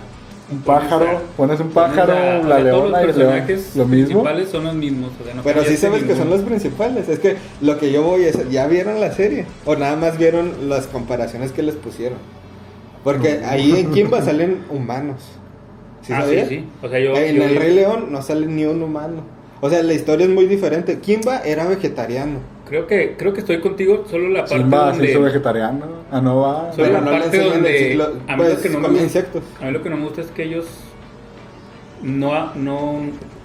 S1: Un pájaro, pones un pájaro,
S3: Pones a- o
S1: la
S3: sea, todos
S1: leona y
S3: los
S1: el león.
S3: personajes
S1: Lo mismo.
S3: principales son los mismos. o sea, no
S2: Pero sí
S3: cambiaste
S2: sabes que son
S3: ninguno.
S2: los principales. Es que lo que yo voy es, ¿ya vieron la serie? O nada más vieron las comparaciones que les pusieron. Porque ahí en Kimba salen humanos. ¿Sí
S3: ah, sí,
S2: sabías?
S3: sí. O sea, yo,
S2: en
S3: yo
S2: el
S3: vi-
S2: Rey León no sale ni un humano. O sea, la historia es muy diferente. Kimba era vegetariano.
S3: creo que creo que estoy contigo, solo la parte
S1: Simba se
S3: donde
S1: hizo vegetariano. Ah, no va.
S3: Soy
S2: Pero
S3: la
S2: no le
S3: parte
S2: enseñan el
S3: donde-
S2: ciclo-
S3: a mí
S2: pues,
S3: lo que no me
S2: come
S3: gusta-
S2: insectos.
S3: A mí lo que no me gusta es que ellos no, no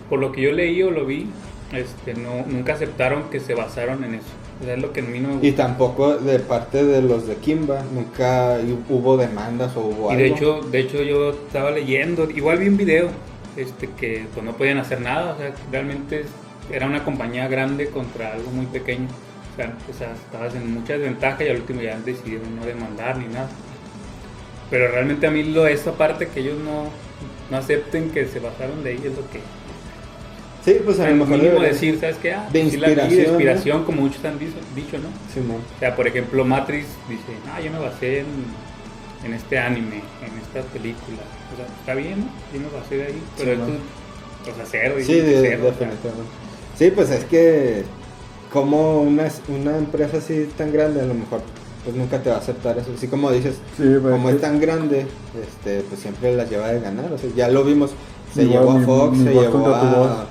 S3: por lo que yo leí o lo vi, este, no, nunca aceptaron que se basaron en eso. O sea, es lo que a mí no me gusta.
S2: Y tampoco de parte de los de Kimba nunca hubo demandas o hubo algo.
S3: Y de hecho, de hecho yo estaba leyendo, igual vi un video, este, que pues no podían hacer nada, o sea, realmente era una compañía grande contra algo muy pequeño. O sea, o sea, estabas en mucha desventaja y al último ya decidieron no demandar ni nada. Pero realmente a mí lo, esa parte que ellos no, no acepten que se basaron de ahí es lo que...
S2: sí, pues a lo
S3: al
S2: mejor
S3: mínimo
S2: debería-
S3: decir, ¿sabes qué? Ah,
S2: de
S3: sí la vi, de
S2: inspiración, ¿no?
S3: inspiración, como muchos han dicho, dicho, ¿no?
S2: Simón.
S3: O sea, por ejemplo, Matrix dice, ah, yo me basé en, en este anime, en esta película. O sea, está bien, ¿no? yo me basé de ahí, pero
S2: Sí,
S3: esto, o sea, cero. y
S2: Sí, de-
S3: cero, o sea,
S2: definitivamente. Sí, pues es que como una, una empresa así tan grande a lo mejor pues nunca te va a aceptar eso. Así como dices,
S1: Sí, pues,
S2: como es
S1: sí.
S2: tan grande, este, pues siempre las lleva de ganar. O sea, ya lo vimos, se
S1: Ni
S2: llevó
S1: voz,
S2: a
S1: ni-
S2: Fox,
S1: ni
S2: se
S1: voz
S2: llevó
S1: contra tu voz.
S2: a,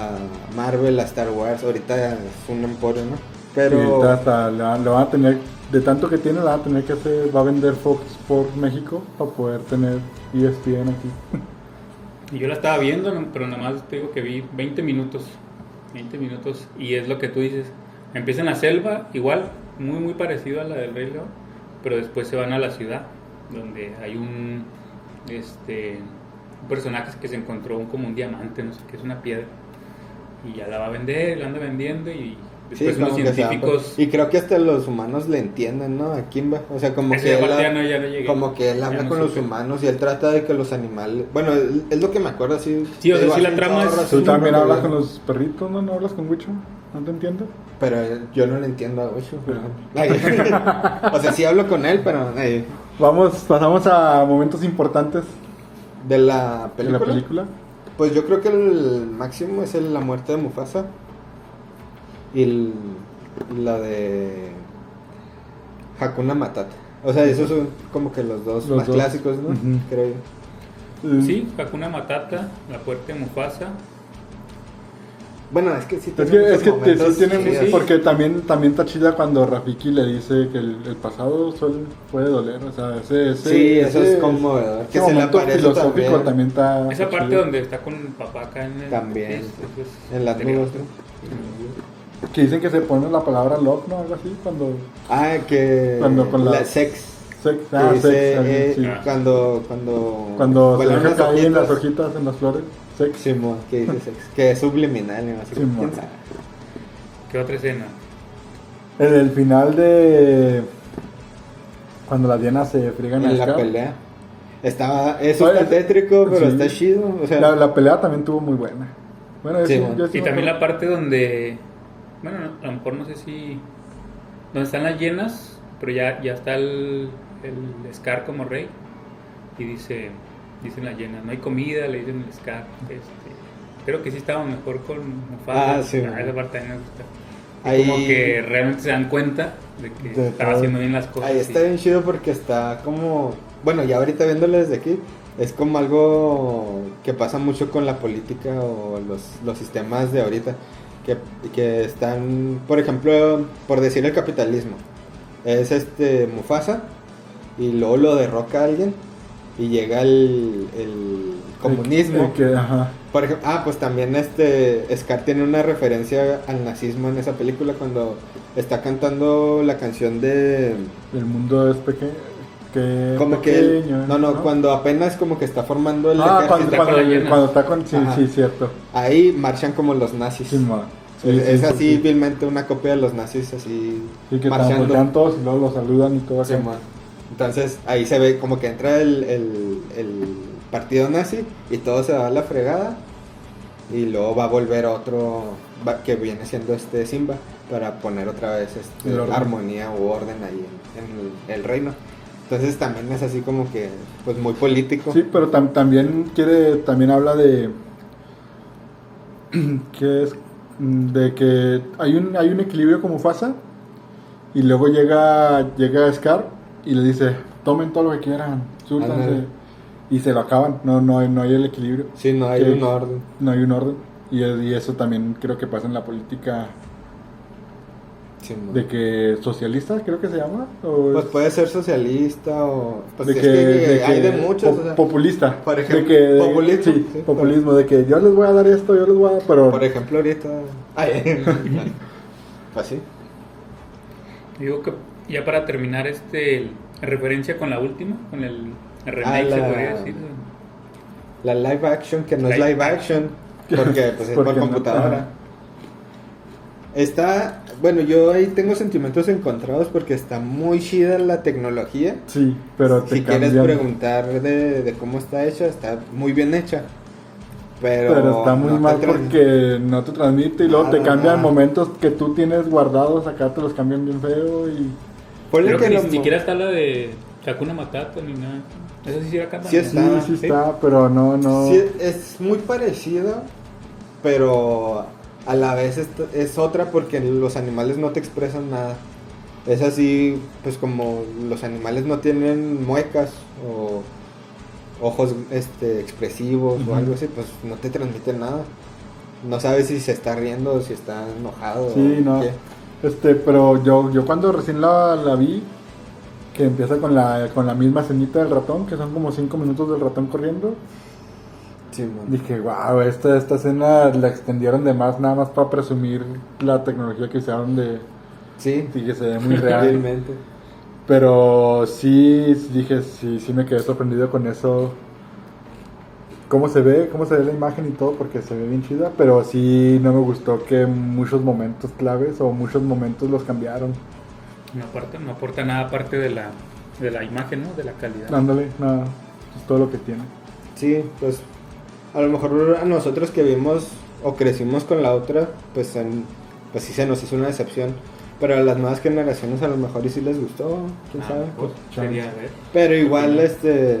S2: a Marvel, a Star Wars. Ahorita es un emporio, ¿no?
S1: Y ahorita
S2: Pero
S1: hasta la, la van a tener, de tanto que tiene, la van a tener que hacer, va a vender Fox por México para poder tener E ESPN aquí.
S3: Y yo la estaba viendo, no- pero nada más te digo que vi 20 minutos, 20 minutos, y es lo que tú dices. Empieza en la selva, igual, muy, muy parecido a la del Rey León, pero después se van a la ciudad, donde hay un, este, un personaje que se encontró un- como un diamante, no sé qué, es una piedra. y ya la va a vender, la anda vendiendo y
S2: Sí,
S3: después unos
S2: como que se dan
S3: científicos...
S2: cuenta. y creo que hasta los humanos le entienden, ¿no? A Kimba. O sea, como
S3: Ese
S2: que, él,
S3: aparte
S2: ha-
S3: ya no- ya no llegué.
S2: como que él
S3: Ya
S2: habla
S3: no
S2: con los
S3: supe.
S2: humanos y él trata de que los animales. Bueno, él- es lo que me acuerdo así.
S3: Sí, o sea,
S2: digo,
S3: sí, la
S2: hace
S3: trama
S2: un
S3: es-
S2: chorro, hace
S1: Tú
S2: un
S1: también
S2: chorro,
S1: hablas
S2: güey.
S1: con los perritos, ¿no? ¿No hablas con Wicho? ¿No te entiendo?
S2: Pero eh, yo no le entiendo a Ocho. güey. Ay, o sea, sí hablo con él, pero. eh, ay,
S1: Vamos, pasamos a momentos importantes
S2: de la
S1: de la
S2: película.
S1: película.
S2: Pues yo creo que el máximo es el- la muerte de Mufasa. Y el- la de. Hakuna Matata. O sea, esos son como que los dos
S1: Los
S2: más
S1: dos.
S2: clásicos, ¿no?
S1: Ujú.
S2: Creo yo.
S3: Sí, Hakuna Matata, La Puerta de Mufasa.
S2: Bueno, es que sí
S1: Es
S2: tiene
S1: que,
S2: muchos
S1: es que te- sí
S2: momentos
S1: tienen-
S2: chidos.
S3: sí.
S1: porque también, también está chida cuando Rafiki le dice que el, el pasado suele, puede doler, o sea, ese, ese-
S2: Sí, eso
S1: ese-
S2: es conmovedor. Que
S1: ese
S2: se le
S1: momento
S2: aparece
S1: filosófico
S2: también,
S1: también, está
S3: Esa
S1: está
S3: parte
S1: chido.
S3: donde está con el papá acá en el...
S2: Ah, También,
S3: es-
S2: sí.
S3: eso es-
S2: en las nubes. ¿no?
S1: que dicen que se pone la palabra love, ¿no? Algo así cuando
S2: Ah, que
S1: Cuando con la-
S2: sex.
S1: sex,
S2: que
S1: ah,
S2: dice,
S1: sex, ajá,
S2: eh,
S1: sí.
S3: ah.
S2: cuando cuando
S1: cuando se
S2: vuelan
S1: deja
S2: las
S1: caer en las
S2: hojitas.
S1: hojitas, en las flores, sex.
S2: Simón, que dice sex, que es subliminal, ¿no? Así,
S1: Simón.
S2: ¿quién sabe?
S3: ¿Qué otra escena?
S1: En el final de cuando las dianas se friegan a
S2: en la
S1: Scar.
S2: pelea. Estaba, eso
S1: Oye,
S2: está tétrico, pero
S1: sí.
S2: está chido. O sea,
S1: La, la pelea también tuvo muy buena. Bueno, yo
S2: Sí,
S1: sí-
S2: bueno.
S1: yo sí
S3: Y
S1: me
S3: también la
S1: acuerdo.
S3: parte donde... Bueno, no, a lo mejor no sé si... Donde están las llenas, pero ya, ya está el, el Scar como rey. Y dice... Dicen las llenas, no hay comida, le dicen el Scar. Este, creo que sí estaba mejor con Mufasa.
S2: Ah, sí,
S3: Ah,
S2: bueno.
S3: esa parte a mí me gusta. Y
S2: ahí,
S3: como que realmente se dan cuenta de que
S1: De
S3: estaba
S1: todo.
S3: haciendo bien las cosas.
S2: ahí
S3: y-
S2: está bien chido porque está como, bueno, ya ahorita viéndolo desde aquí, es como algo que pasa mucho con la política o los, los sistemas de ahorita, que, que están, por ejemplo, por decir el capitalismo, es este Mufasa y luego lo derroca a alguien y llega el, el
S1: El
S2: comunismo.
S1: que- ajá.
S2: Por ejemplo, ah, pues también este Scar tiene una referencia al nazismo en esa película cuando está cantando la canción de
S1: El mundo es pequeño. Que
S2: como que él-
S1: pequeño,
S2: no, no, cuando apenas como que está formando el
S1: Ah,
S2: ejército,
S1: cuando,
S3: está
S1: cuando,
S3: con la llena.
S1: cuando está con. Sí,
S2: Ajá.
S1: sí, cierto.
S2: ahí marchan como los nazis.
S1: Sí, ma. Sí,
S2: es
S1: sí,
S2: es
S1: sí,
S2: así
S1: sí.
S2: vilmente una copia de los nazis así
S1: Sí, que están
S2: marchando.
S1: voltean todos y luego los saludan y todo
S2: Sí,
S1: así.
S2: man. Entonces ahí se ve como que entra el, el- el partido nazi y todo se va a la fregada. Y luego va a volver otro va- que viene siendo este Simba para poner otra vez este,
S1: El orden.
S2: armonía o orden ahí en, en el, el reino. Entonces también es así como que pues muy político.
S1: Sí, pero tam- también quiere, también habla de que es de que hay un hay un equilibrio como Fasa y luego llega llega Scar y le dice tomen todo lo que quieran, súrtanse",
S2: Ándale.
S1: y se lo acaban. No no hay- no hay el equilibrio,
S2: Sí, no hay
S1: Sí.
S2: un orden.
S1: no hay un orden y, es- y eso también creo que pasa en la política
S2: Sí, man.
S1: de que socialista creo que se llama o
S2: Pues
S1: es-
S2: puede ser socialista o... Pues
S1: de
S2: es
S1: que,
S2: que,
S1: de
S2: hay
S1: que
S2: de muchos.
S1: po-
S2: o sea.
S1: populista.
S2: por
S1: de
S2: ejemplo,
S1: que,
S2: populismo,
S1: sí,
S2: sí.
S1: populismo, de que yo les voy a dar esto, yo les voy a dar, pero
S2: Por ejemplo, ahorita. Ay, pues sí.
S3: Digo que ya para terminar este el- la referencia con la última, con el remake
S2: Ah,
S3: se
S2: la-
S3: podría decir.
S2: La live action, que no es
S3: Live-
S2: live action, porque pues, es
S1: Porque
S2: por
S1: no,
S2: computadora.
S1: ajá.
S2: Está, bueno, yo ahí tengo sentimientos encontrados porque está muy chida la tecnología.
S1: sí, pero te
S2: si quieres
S1: cambian.
S2: preguntar de, de cómo está hecha, está muy bien hecha. Pero,
S1: Pero, está muy
S2: no te Ah,
S1: mal
S2: tra-
S1: porque no te transmite y luego te
S2: Nada,
S1: cambian
S2: nada.
S1: momentos que tú tienes guardados acá, te los cambian bien feo y
S2: Ponle
S3: Creo que,
S2: lo
S3: ni
S2: mo-
S3: siquiera está la de Hakuna Matata ni nada. Eso sí era acá
S2: Sí
S3: también.
S1: sí,
S2: Está,
S1: sí está, pero no, no.
S2: Sí, es muy parecido, pero a la vez es, es otra porque los animales no te expresan nada. Es así, pues como los animales no tienen muecas o ojos este, expresivos
S1: Ujú.
S2: o algo así, pues no te transmiten nada. No sabes si se está riendo o si está enojado.
S1: Sí,
S2: o
S1: no.
S2: qué.
S1: Este, pero yo, yo cuando recién la, la vi, que empieza con la, con la misma escenita del ratón, que son como cinco minutos del ratón corriendo,
S2: Sí, man.
S1: Dije, wow, esta, esta escena la extendieron de más, nada más para presumir la tecnología que usaron de
S2: Sí,
S1: y que se ve muy real.
S2: realmente.
S1: Pero sí, sí dije, sí, sí me quedé sorprendido con eso. cómo se ve, cómo se ve la imagen y todo, porque se ve bien chida, pero sí no me gustó que muchos momentos claves o muchos momentos los cambiaron.
S3: No aporta, no aporta nada aparte de la, de la imagen, ¿no? De la calidad. Ah,
S1: Ándale, nada, es todo lo que tiene.
S2: Sí, pues a lo mejor a nosotros que vimos o crecimos con la otra, pues, en, pues sí se nos hizo una decepción. Pero a las nuevas generaciones a lo mejor y sí les gustó, quién
S3: Ah,
S2: sabe.
S3: pues, sería, a ver.
S2: Pero igual, este,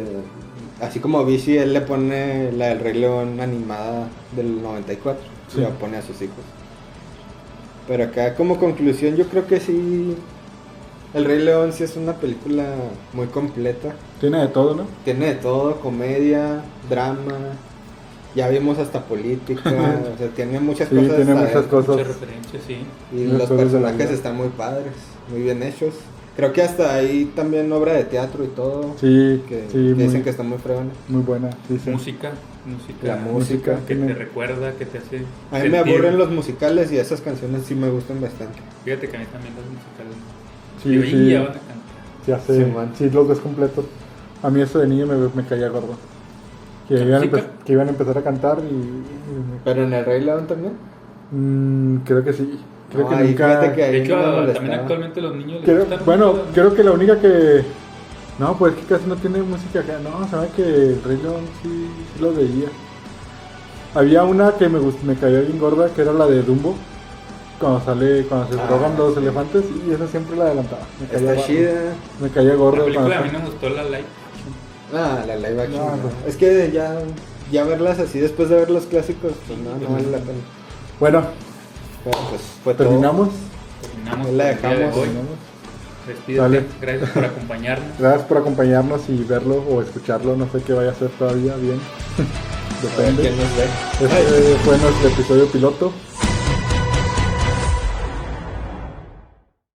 S2: así como Vichy, él le pone la del Rey León animada del 94
S1: Sí.
S2: y la pone a sus hijos. Pero acá, como conclusión, yo creo que sí, El Rey León sí es una película muy completa.
S1: Tiene de todo, ¿no?
S2: Tiene de todo, comedia, drama, ya vimos hasta política, o sea, tiene muchas
S1: Sí,
S2: cosas.
S1: tiene
S2: a
S1: muchas
S2: ver.
S1: cosas.
S3: Muchas referencias, sí.
S2: Y
S1: Las
S2: los
S1: cosas de la
S2: personajes
S1: vida.
S2: están muy padres, muy bien hechos. Creo que hasta ahí también obra de teatro y todo.
S1: Sí,
S2: Que
S1: sí,
S2: dicen
S1: muy,
S2: que está muy fregona.
S1: muy buena. Dicen.
S3: Música, música.
S2: La música.
S3: Que
S1: tiene-
S3: te recuerda, que te hace.
S2: A mí me
S3: sentir.
S2: aburren los musicales y esas canciones sí me gustan bastante.
S3: Fíjate que a mí también los musicales.
S1: Sí,
S3: Yo, "Ey,
S1: sí.
S3: ya van a cantar".
S1: Ya sé,
S2: Sí,
S1: sí,
S2: man.
S1: los ves completos. A mí eso de niño me, me caía gordo. Que
S3: ¿La
S1: iban, a
S3: música?
S1: empe- que iban a empezar a cantar y... y-
S2: Pero en el Rey León también.
S1: mm, creo que sí. Creo
S2: No,
S1: que
S2: ahí
S1: nunca...
S2: fíjate que ahí
S3: De
S2: no me
S3: hecho,
S2: molestaba.
S3: también actualmente los niños les
S1: Creo-
S3: gustan mucho
S1: bueno,
S3: las-
S1: creo que la única que... No, pues que casi no tiene música acá. No, sabe que el Rey León sí, sí lo veía. Había una que me, gust- me caía bien gorda, que era la de Dumbo. Cuando sale, cuando se
S2: Ah,
S1: drogan los
S2: sí.
S1: elefantes, y esa siempre la adelantaba. Me caía,
S2: Está
S1: gordo.
S2: chida.
S1: Me caía gordo.
S3: La película
S1: cuando
S3: a mí
S1: sale-
S3: no me gustó la live action.
S2: Ah, la live action.
S1: No,
S2: no.
S1: pues.
S2: Es que ya, ya verlas así después de ver los clásicos, pues no, no vale la pena.
S1: Bueno,
S2: Pero pues fue todo.
S1: terminamos.
S2: La
S3: Terminamos por el día de
S2: dejamos,
S3: hoy.
S1: Terminamos.
S3: Despídete.
S1: Dale.
S3: Gracias por acompañarnos.
S1: Gracias por acompañarnos y verlo o escucharlo. No sé qué vaya a hacer todavía. Bien.
S2: A ver
S1: Depende.
S2: quién nos ve. Ay.
S1: Este fue nuestro episodio piloto.